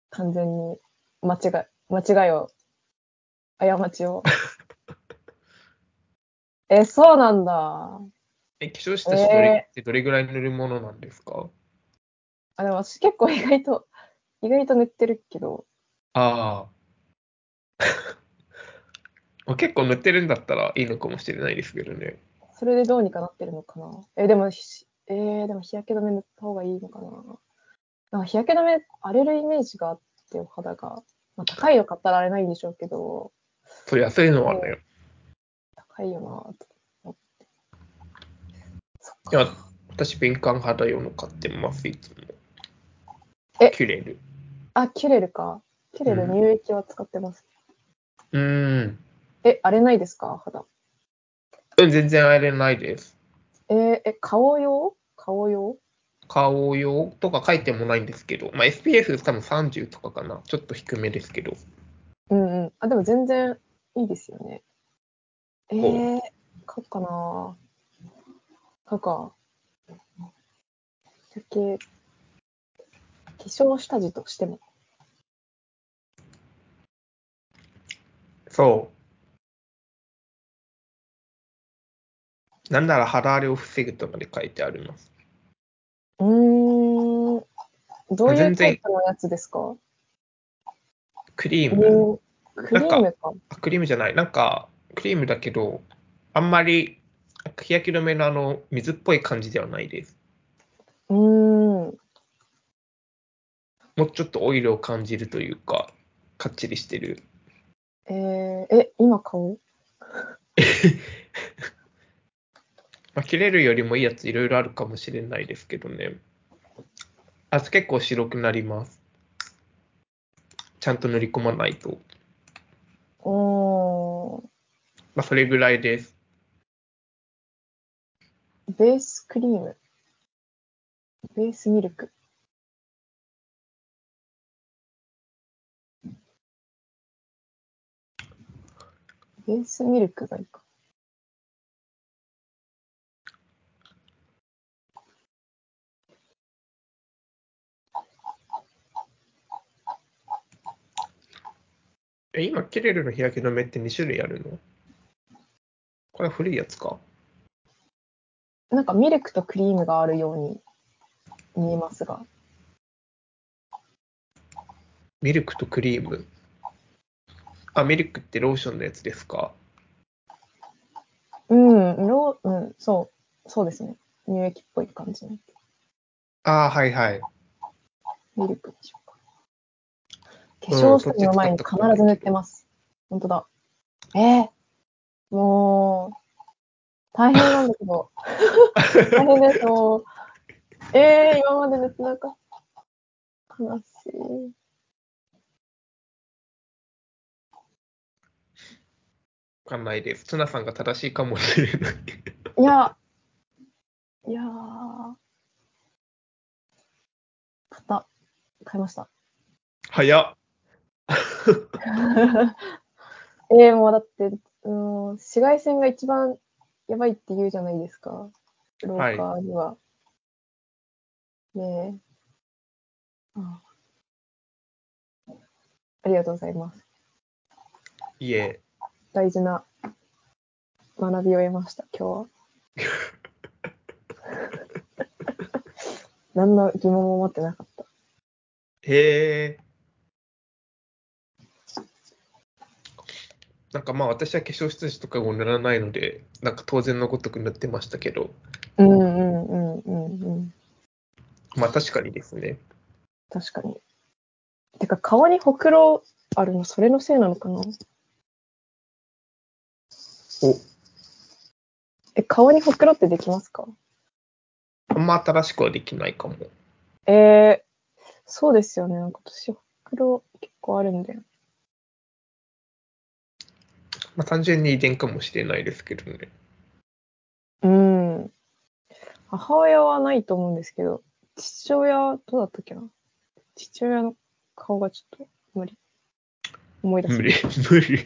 Speaker 2: 完全に間違い、間違いを、過ちを。え、そうなんだ。
Speaker 1: え化粧したしどれ,、どれぐらい塗るものなんですか
Speaker 2: あ、でも私結構意外と、意外と塗ってるけど、
Speaker 1: あ あ。結構塗ってるんだったらいいのかもしれないですけどね。
Speaker 2: それでどうにかなってるのかな。え、でもひ、えーでも日焼け止め塗った方がいいのかな。なんか日焼け止め荒れるイメージがあって、お肌が。まあ、高いの買ったら荒れないんでしょうけど、
Speaker 1: そう、安いのはね。
Speaker 2: 高いよなぁと思って。そっ
Speaker 1: いや
Speaker 2: か。、
Speaker 1: 私、敏感肌用の買ってます、いつも。
Speaker 2: え
Speaker 1: キュレル。
Speaker 2: あ、キュレルか。キュレル
Speaker 1: うん
Speaker 2: 乳液は使ってます。
Speaker 1: うーん。
Speaker 2: え、荒れないですか肌。
Speaker 1: うん全然荒れないです。
Speaker 2: えーえ、顔用顔用
Speaker 1: 顔用とか書いてもないんですけど、まあ、SPF 多分30とかかな。ちょっと低めですけど。
Speaker 2: うんうん。あ、でも全然いいですよね。えー、買おうかななんか、日焼け、化粧下地としても。
Speaker 1: そう。なんなら肌荒れを防ぐとまで書いてあります。
Speaker 2: うーん。どうい
Speaker 1: 全
Speaker 2: うタ
Speaker 1: 然
Speaker 2: イプのやつですか
Speaker 1: クリーム、
Speaker 2: おークリームか。
Speaker 1: あクリームじゃない、なんかクリームだけど、あんまり日焼け止めのあの水っぽい感じではないです。
Speaker 2: うーん。
Speaker 1: もうちょっとオイルを感じるというか、かっちりしてる。
Speaker 2: えー、え、今顔
Speaker 1: まあ、切れるよりもいいやついろいろあるかもしれないですけどね。あと結構白くなります。ちゃんと塗り込まないと。
Speaker 2: うーん。
Speaker 1: まあ、それぐらいです。
Speaker 2: ベースクリーム。ベースミルク。ベースミルクがいいか。
Speaker 1: え、今、キレルの日焼け止めって2種類あるのこれは古いやつか。
Speaker 2: なんかミルクとクリームがあるように見えますが。
Speaker 1: ミルクとクリーム。あ、ミルクってローションのやつですか。
Speaker 2: うん、ロー、うん、そう、そうですね。乳液っぽい感じの。
Speaker 1: ああ、はいはい。
Speaker 2: ミルクでしょうか。化
Speaker 1: うん
Speaker 2: 粧水の前に
Speaker 1: そっち使
Speaker 2: 必
Speaker 1: ったことない
Speaker 2: ず塗ってます。本当だ。えー、もう、大変なんだけど。大変ですもう。えー、今まで塗ってなかった。悲しい。
Speaker 1: わかんないです。ツナさんが正しいかもしれない。
Speaker 2: いや、いやー。買った。買いました。
Speaker 1: 早っ。
Speaker 2: えー、もうだって、うん、紫外線が一番やばいって言うじゃないですか、廊
Speaker 1: はい
Speaker 2: 下には。ねえああありがとうございます。
Speaker 1: いえ。
Speaker 2: 大事な学びを得ました、今日は。何の疑問も持ってなかった。
Speaker 1: へえ。なんかまあ私は化粧室とかを塗らないので、なんか当然のごとく塗ってましたけど、
Speaker 2: うんうんうんうんうん。
Speaker 1: まあ確かにですね。
Speaker 2: 確かに。てか、顔にほくろあるの、それのせいなのかな
Speaker 1: お
Speaker 2: え、顔にほくろってできますか
Speaker 1: あんま新しくはできないかも。
Speaker 2: えー、そうですよね。なんか私、ほくろ結構あるんだよ。
Speaker 1: まあ単純に遺伝かもしれないですけどね。
Speaker 2: うん。母親はないと思うんですけど、父親、どうだったっけな父親の顔がちょっと無理。思い出
Speaker 1: 無
Speaker 2: す。
Speaker 1: 理、 無理。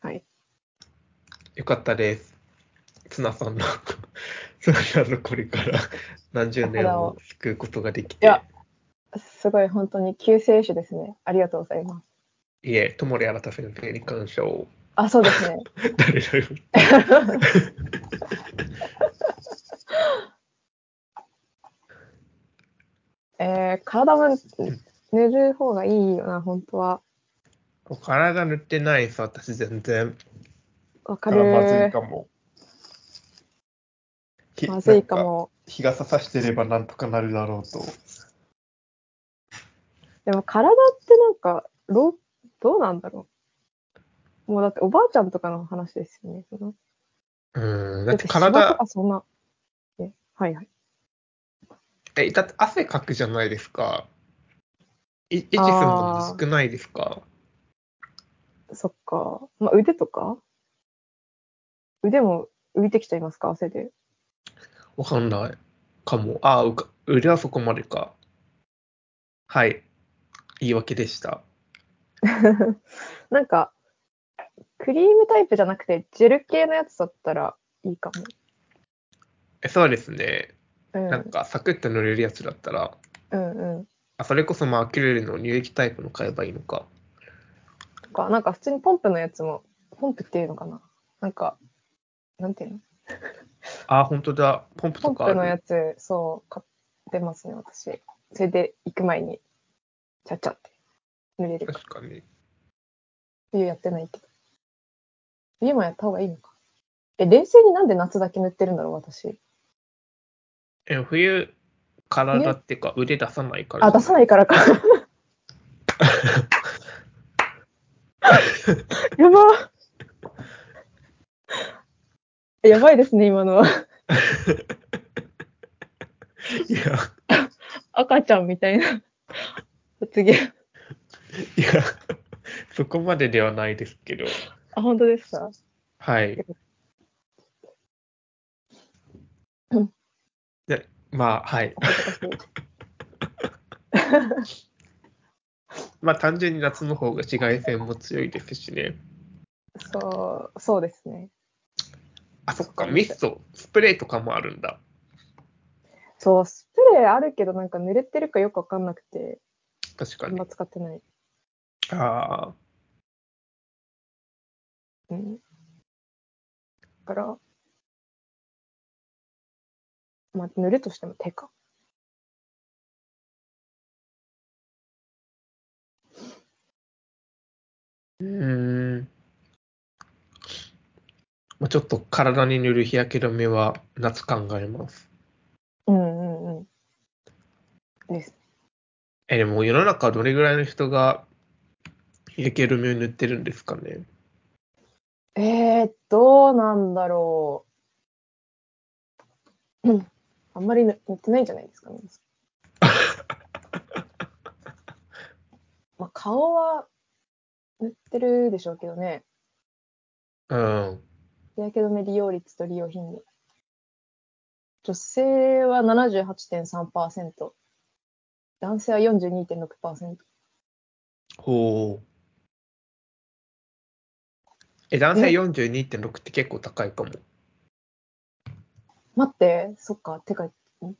Speaker 2: はい。
Speaker 1: よかったです。ツナさんの、 ツナさんのこれから何十年を救うことができ
Speaker 2: い
Speaker 1: て
Speaker 2: や、すごい、本当に救世主ですね。ありがとうございます。
Speaker 1: いえ、友利新先生に感謝を。
Speaker 2: あ、そうですね。
Speaker 1: 誰だよ。
Speaker 2: えー、体も塗る方がいいよな、本当は。
Speaker 1: 体塗ってないです、私全然。
Speaker 2: わか
Speaker 1: だからまずい
Speaker 2: る。
Speaker 1: かも。ひ
Speaker 2: まずいか。
Speaker 1: なん
Speaker 2: も。
Speaker 1: 日傘さしてればなんとかなるだろうと。
Speaker 2: でも体ってなんか、ろどうなんだろう。もうだっておばあちゃんとかの話ですよね。その
Speaker 1: うん、だって
Speaker 2: シワと
Speaker 1: 体、
Speaker 2: かそんな。えはいはい。
Speaker 1: え、だって汗かくじゃないですか。い息するの
Speaker 2: あー
Speaker 1: も少ないですか。
Speaker 2: そっか。まあ、腕とか腕も浮いてきちゃいますか汗で。
Speaker 1: わかんない。かも。ああ、うか腕はそこまでか。はい。言い訳でした。
Speaker 2: なんか、クリームタイプじゃなくて、ジェル系のやつだったらいいかも。
Speaker 1: えそうですね。
Speaker 2: うん
Speaker 1: なんかサクッと塗れるやつだったら、
Speaker 2: うんうん。
Speaker 1: あそれこそまあアキレルの乳液タイプの買えばいいのか。
Speaker 2: とか、なんか普通にポンプのやつも、ポンプっていうのかななんか、なんていうの
Speaker 1: ああ、本当だ。ポンプ
Speaker 2: ポ
Speaker 1: と
Speaker 2: ン
Speaker 1: か
Speaker 2: プの
Speaker 1: あ
Speaker 2: や
Speaker 1: る。
Speaker 2: つ、そう、買ってますね、私。それで行く前に、ちゃっちゃって塗れるか。
Speaker 1: 確かに。
Speaker 2: 冬やってないけど。冬もやった方がいいのか。え、冷静になんで夏だけ塗ってるんだろう、私。
Speaker 1: え冬、体っていうか腕出さないから。
Speaker 2: あ、出さないからか。やばやばいですね、今のは。
Speaker 1: いや、
Speaker 2: 赤ちゃんみたいな。発言。
Speaker 1: いや、そこまでではないですけど。
Speaker 2: あ、本当ですか
Speaker 1: はい。
Speaker 2: うん
Speaker 1: でまあ、はい。
Speaker 2: お恥ずかしい
Speaker 1: まあ、単純に夏の方が紫外線も強いですしね。
Speaker 2: そう、そうですね。
Speaker 1: あ、そっか、ミスト、スプレーとかもあるんだ。
Speaker 2: そう、スプレーあるけど、なんか濡れてるかよくわかんなくて、
Speaker 1: 確か
Speaker 2: あん
Speaker 1: に
Speaker 2: ま。使ってない。
Speaker 1: ああ、
Speaker 2: うん。だから、まあ、塗るとしても手か。
Speaker 1: うーん。まあ、ちょっと体に塗る日焼け止めは夏考えます。
Speaker 2: うんうんうん。です。
Speaker 1: え、でも世の中どれぐらいの人が日焼け止めを塗ってるんですかね。
Speaker 2: えー、どうなんだろう。うんあんまり塗塗ってないんじゃないですかね。まあ、顔は塗ってるでしょうけどね。
Speaker 1: うん。
Speaker 2: 日焼け止め利用率と利用頻度。女性は78.3%。男性は42.6%。
Speaker 1: ほう。え、男性42.6って結構高いかも。
Speaker 2: 待って、そっか、てか、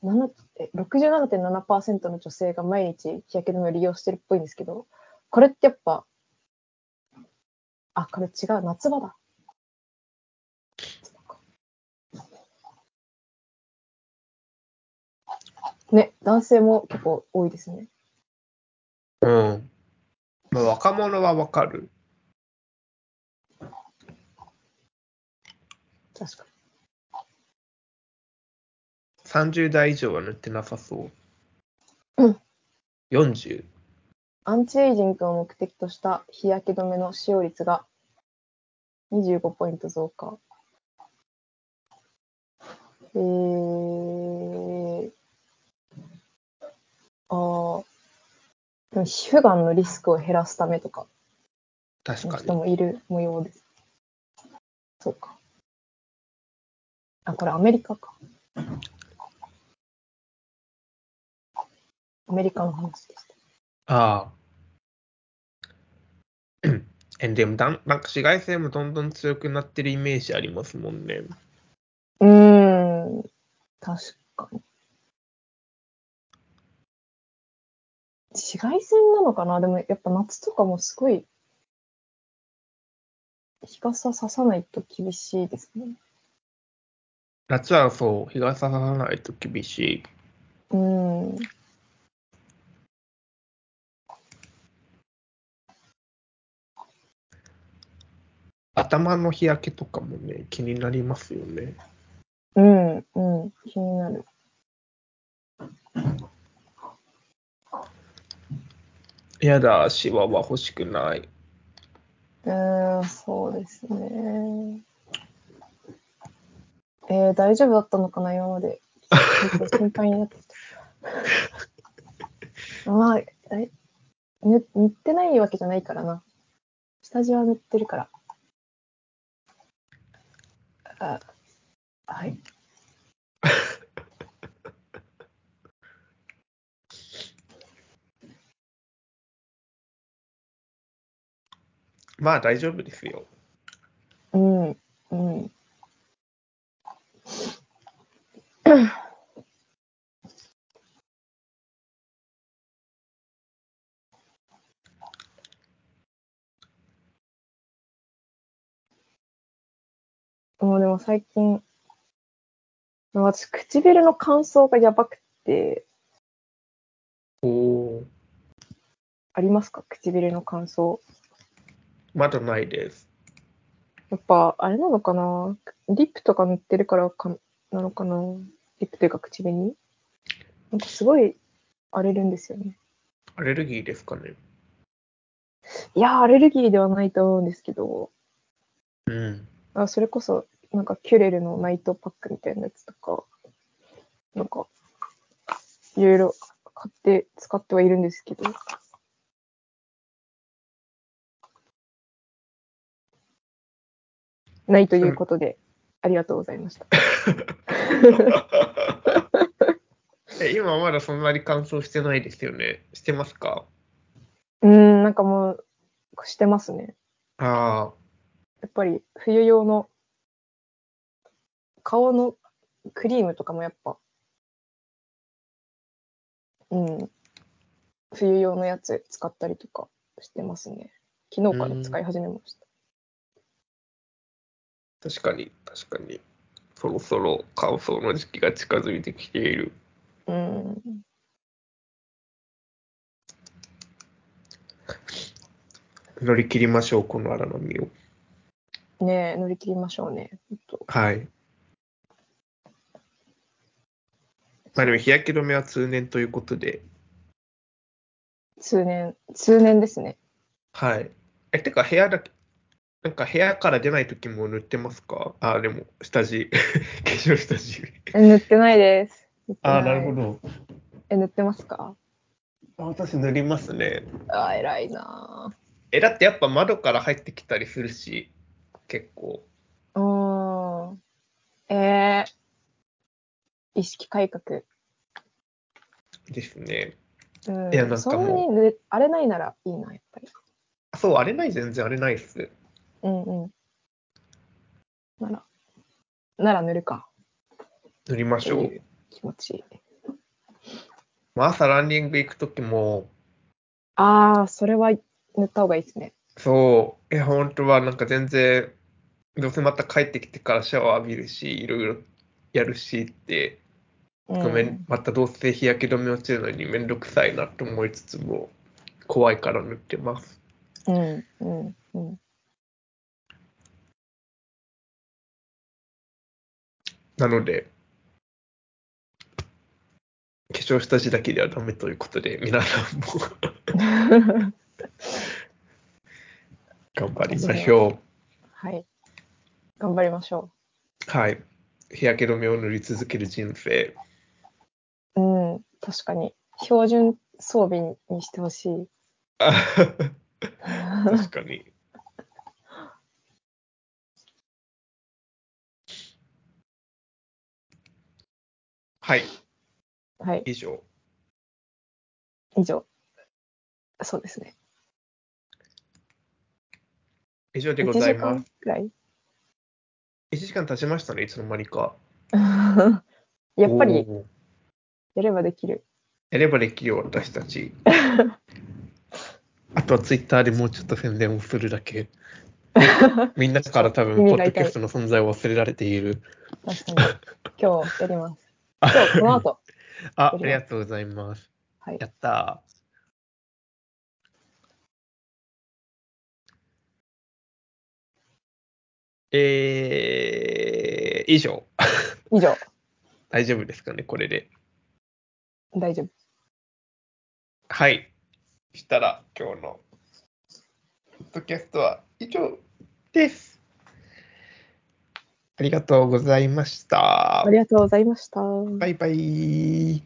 Speaker 2: 7え67.7%の女性が毎日日焼け止めを利用してるっぽいんですけど、これってやっぱ、あ、これ違う、夏場だ。ね、男性も結構多いですね。
Speaker 1: うん。まあ、若者はわかる。
Speaker 2: 確か
Speaker 1: 30代以上は塗ってなさそう。
Speaker 2: うん。
Speaker 1: 40。
Speaker 2: アンチエイジングを目的とした日焼け止めの使用率が25ポイント増加。えー、あーでも皮膚がんのリスクを減らすためとか
Speaker 1: 確
Speaker 2: の
Speaker 1: か
Speaker 2: 人
Speaker 1: に。
Speaker 2: もいる模様です。そうか。あ、これアメリカか。アメリカの話でした。
Speaker 1: ああ。うん え、でもだん、なんか紫外線もどんどん強くなってるイメージありますもんね。
Speaker 2: うーん、確かに。紫外線なのかなでもやっぱ夏とかもすごい、日傘ささないと厳しいですね。
Speaker 1: 夏はそう、日が差さないと厳しい。
Speaker 2: うーん。
Speaker 1: 頭の日焼けとかもね、気になりますよね。
Speaker 2: うん、うん、気になる。
Speaker 1: やだ、シワは欲しくない。
Speaker 2: うーん、そうですね。えー、大丈夫だったのかな今まで。ちょっと心配になってきた。まあ、だい塗塗ってないわけじゃないからな。下地は塗ってるから。あ、はい。
Speaker 1: まあ大丈夫ですよ。
Speaker 2: うん、 うん。もうでも最近、私、唇の乾燥がやばくて、
Speaker 1: おおー、
Speaker 2: ありますか唇の乾燥。
Speaker 1: まだないです。
Speaker 2: やっぱ、あれなのかなリップとか塗ってるからかなのかなリップというか口紅なんかすごい荒れるんですよね。
Speaker 1: アレルギーですかね。
Speaker 2: いやー、アレルギーではないと思うんですけど、
Speaker 1: うん。
Speaker 2: あそれこそ、なんかキュレルのナイトパックみたいなやつとか、なんか、いろいろ買って使ってはいるんですけど、ないということで、ありがとうございました。
Speaker 1: え、今はまだそんなに乾燥してないですよね。してますか
Speaker 2: うーん、なんかもう、してますね。
Speaker 1: ああ、
Speaker 2: やっぱり冬用の顔のクリームとかもやっぱ、うん、冬用のやつ使ったりとかしてますね。昨日から使い始めました。
Speaker 1: 確かに、確かに。そろそろ乾燥の時期が近づいてきている。
Speaker 2: うん、
Speaker 1: 乗り切りましょう、この荒波を。
Speaker 2: ねえ、乗り切りましょうね。ほんと
Speaker 1: はい。まあでも日焼け止めは通年ということで。
Speaker 2: 通年、通年ですね。
Speaker 1: はい。え、てか部屋だけ、なんか部屋から出ないときも塗ってますかあ、でも、下地。化 粧下地。
Speaker 2: え塗ってないです。
Speaker 1: あー、なるほど。
Speaker 2: ど。え、塗ってますか
Speaker 1: あ私塗りますね。
Speaker 2: あー、偉いな
Speaker 1: え、だってやっぱ窓から入ってきたりするし、結構。
Speaker 2: あうん。えー、意識改革。
Speaker 1: ですね。
Speaker 2: うん
Speaker 1: いやなんか
Speaker 2: そんな
Speaker 1: も
Speaker 2: にぬ荒れないならいいな、やっぱり。
Speaker 1: そう、あれない、全然あれないっす。
Speaker 2: うんうん。なら、なら塗るか。
Speaker 1: 塗りましょ。
Speaker 2: いうい気持ちいい。
Speaker 1: まあ、朝ランニング行くときも、
Speaker 2: ああ、それは塗った方がいいですね。
Speaker 1: そう、え、本当はなんか全然、どうせまた帰ってきてからシャワー浴びるし、いろいろやるしって、
Speaker 2: うん、
Speaker 1: ごめん、またどうせ日焼け止め落ちるのにめんどくさいなと思いつつも、怖いから塗ってます。
Speaker 2: うんうん うん。
Speaker 1: なので、化粧下地だけではダメということで、皆さんも 頑張りましょ
Speaker 2: はい。頑張りましょ
Speaker 1: う。はい。日焼け止めを塗り続ける人生。
Speaker 2: う。うん、確かに。標準装備にしてほしい。
Speaker 1: あ確かに。はい、
Speaker 2: はい、
Speaker 1: 以上。
Speaker 2: 以上。そうですね。
Speaker 1: 以上で
Speaker 2: 1
Speaker 1: ござ
Speaker 2: 時
Speaker 1: いま
Speaker 2: 間
Speaker 1: す。
Speaker 2: くらい
Speaker 1: 1時間経ちましたね、いつの間にか。
Speaker 2: やっぱり
Speaker 1: おー。
Speaker 2: やればできる。
Speaker 1: やればできるよ私た ち。あとはツイッターでもうちょっと宣伝をするだ け。みんなから多分、
Speaker 2: 耳
Speaker 1: ポ
Speaker 2: が
Speaker 1: ッ
Speaker 2: 痛
Speaker 1: ド
Speaker 2: い
Speaker 1: キャストの存在を忘れられている。
Speaker 2: 確かに。今日やります。今日、この後。
Speaker 1: あ、ありがとうございます。
Speaker 2: はい
Speaker 1: やったー。えー、以上。
Speaker 2: 以上、
Speaker 1: 大丈夫ですかね、これで。
Speaker 2: 大丈夫。
Speaker 1: はい。したら、今日の、ポッドキャストは以上です。ありがとうございました
Speaker 2: あ。りがとうございました。
Speaker 1: バイバイ。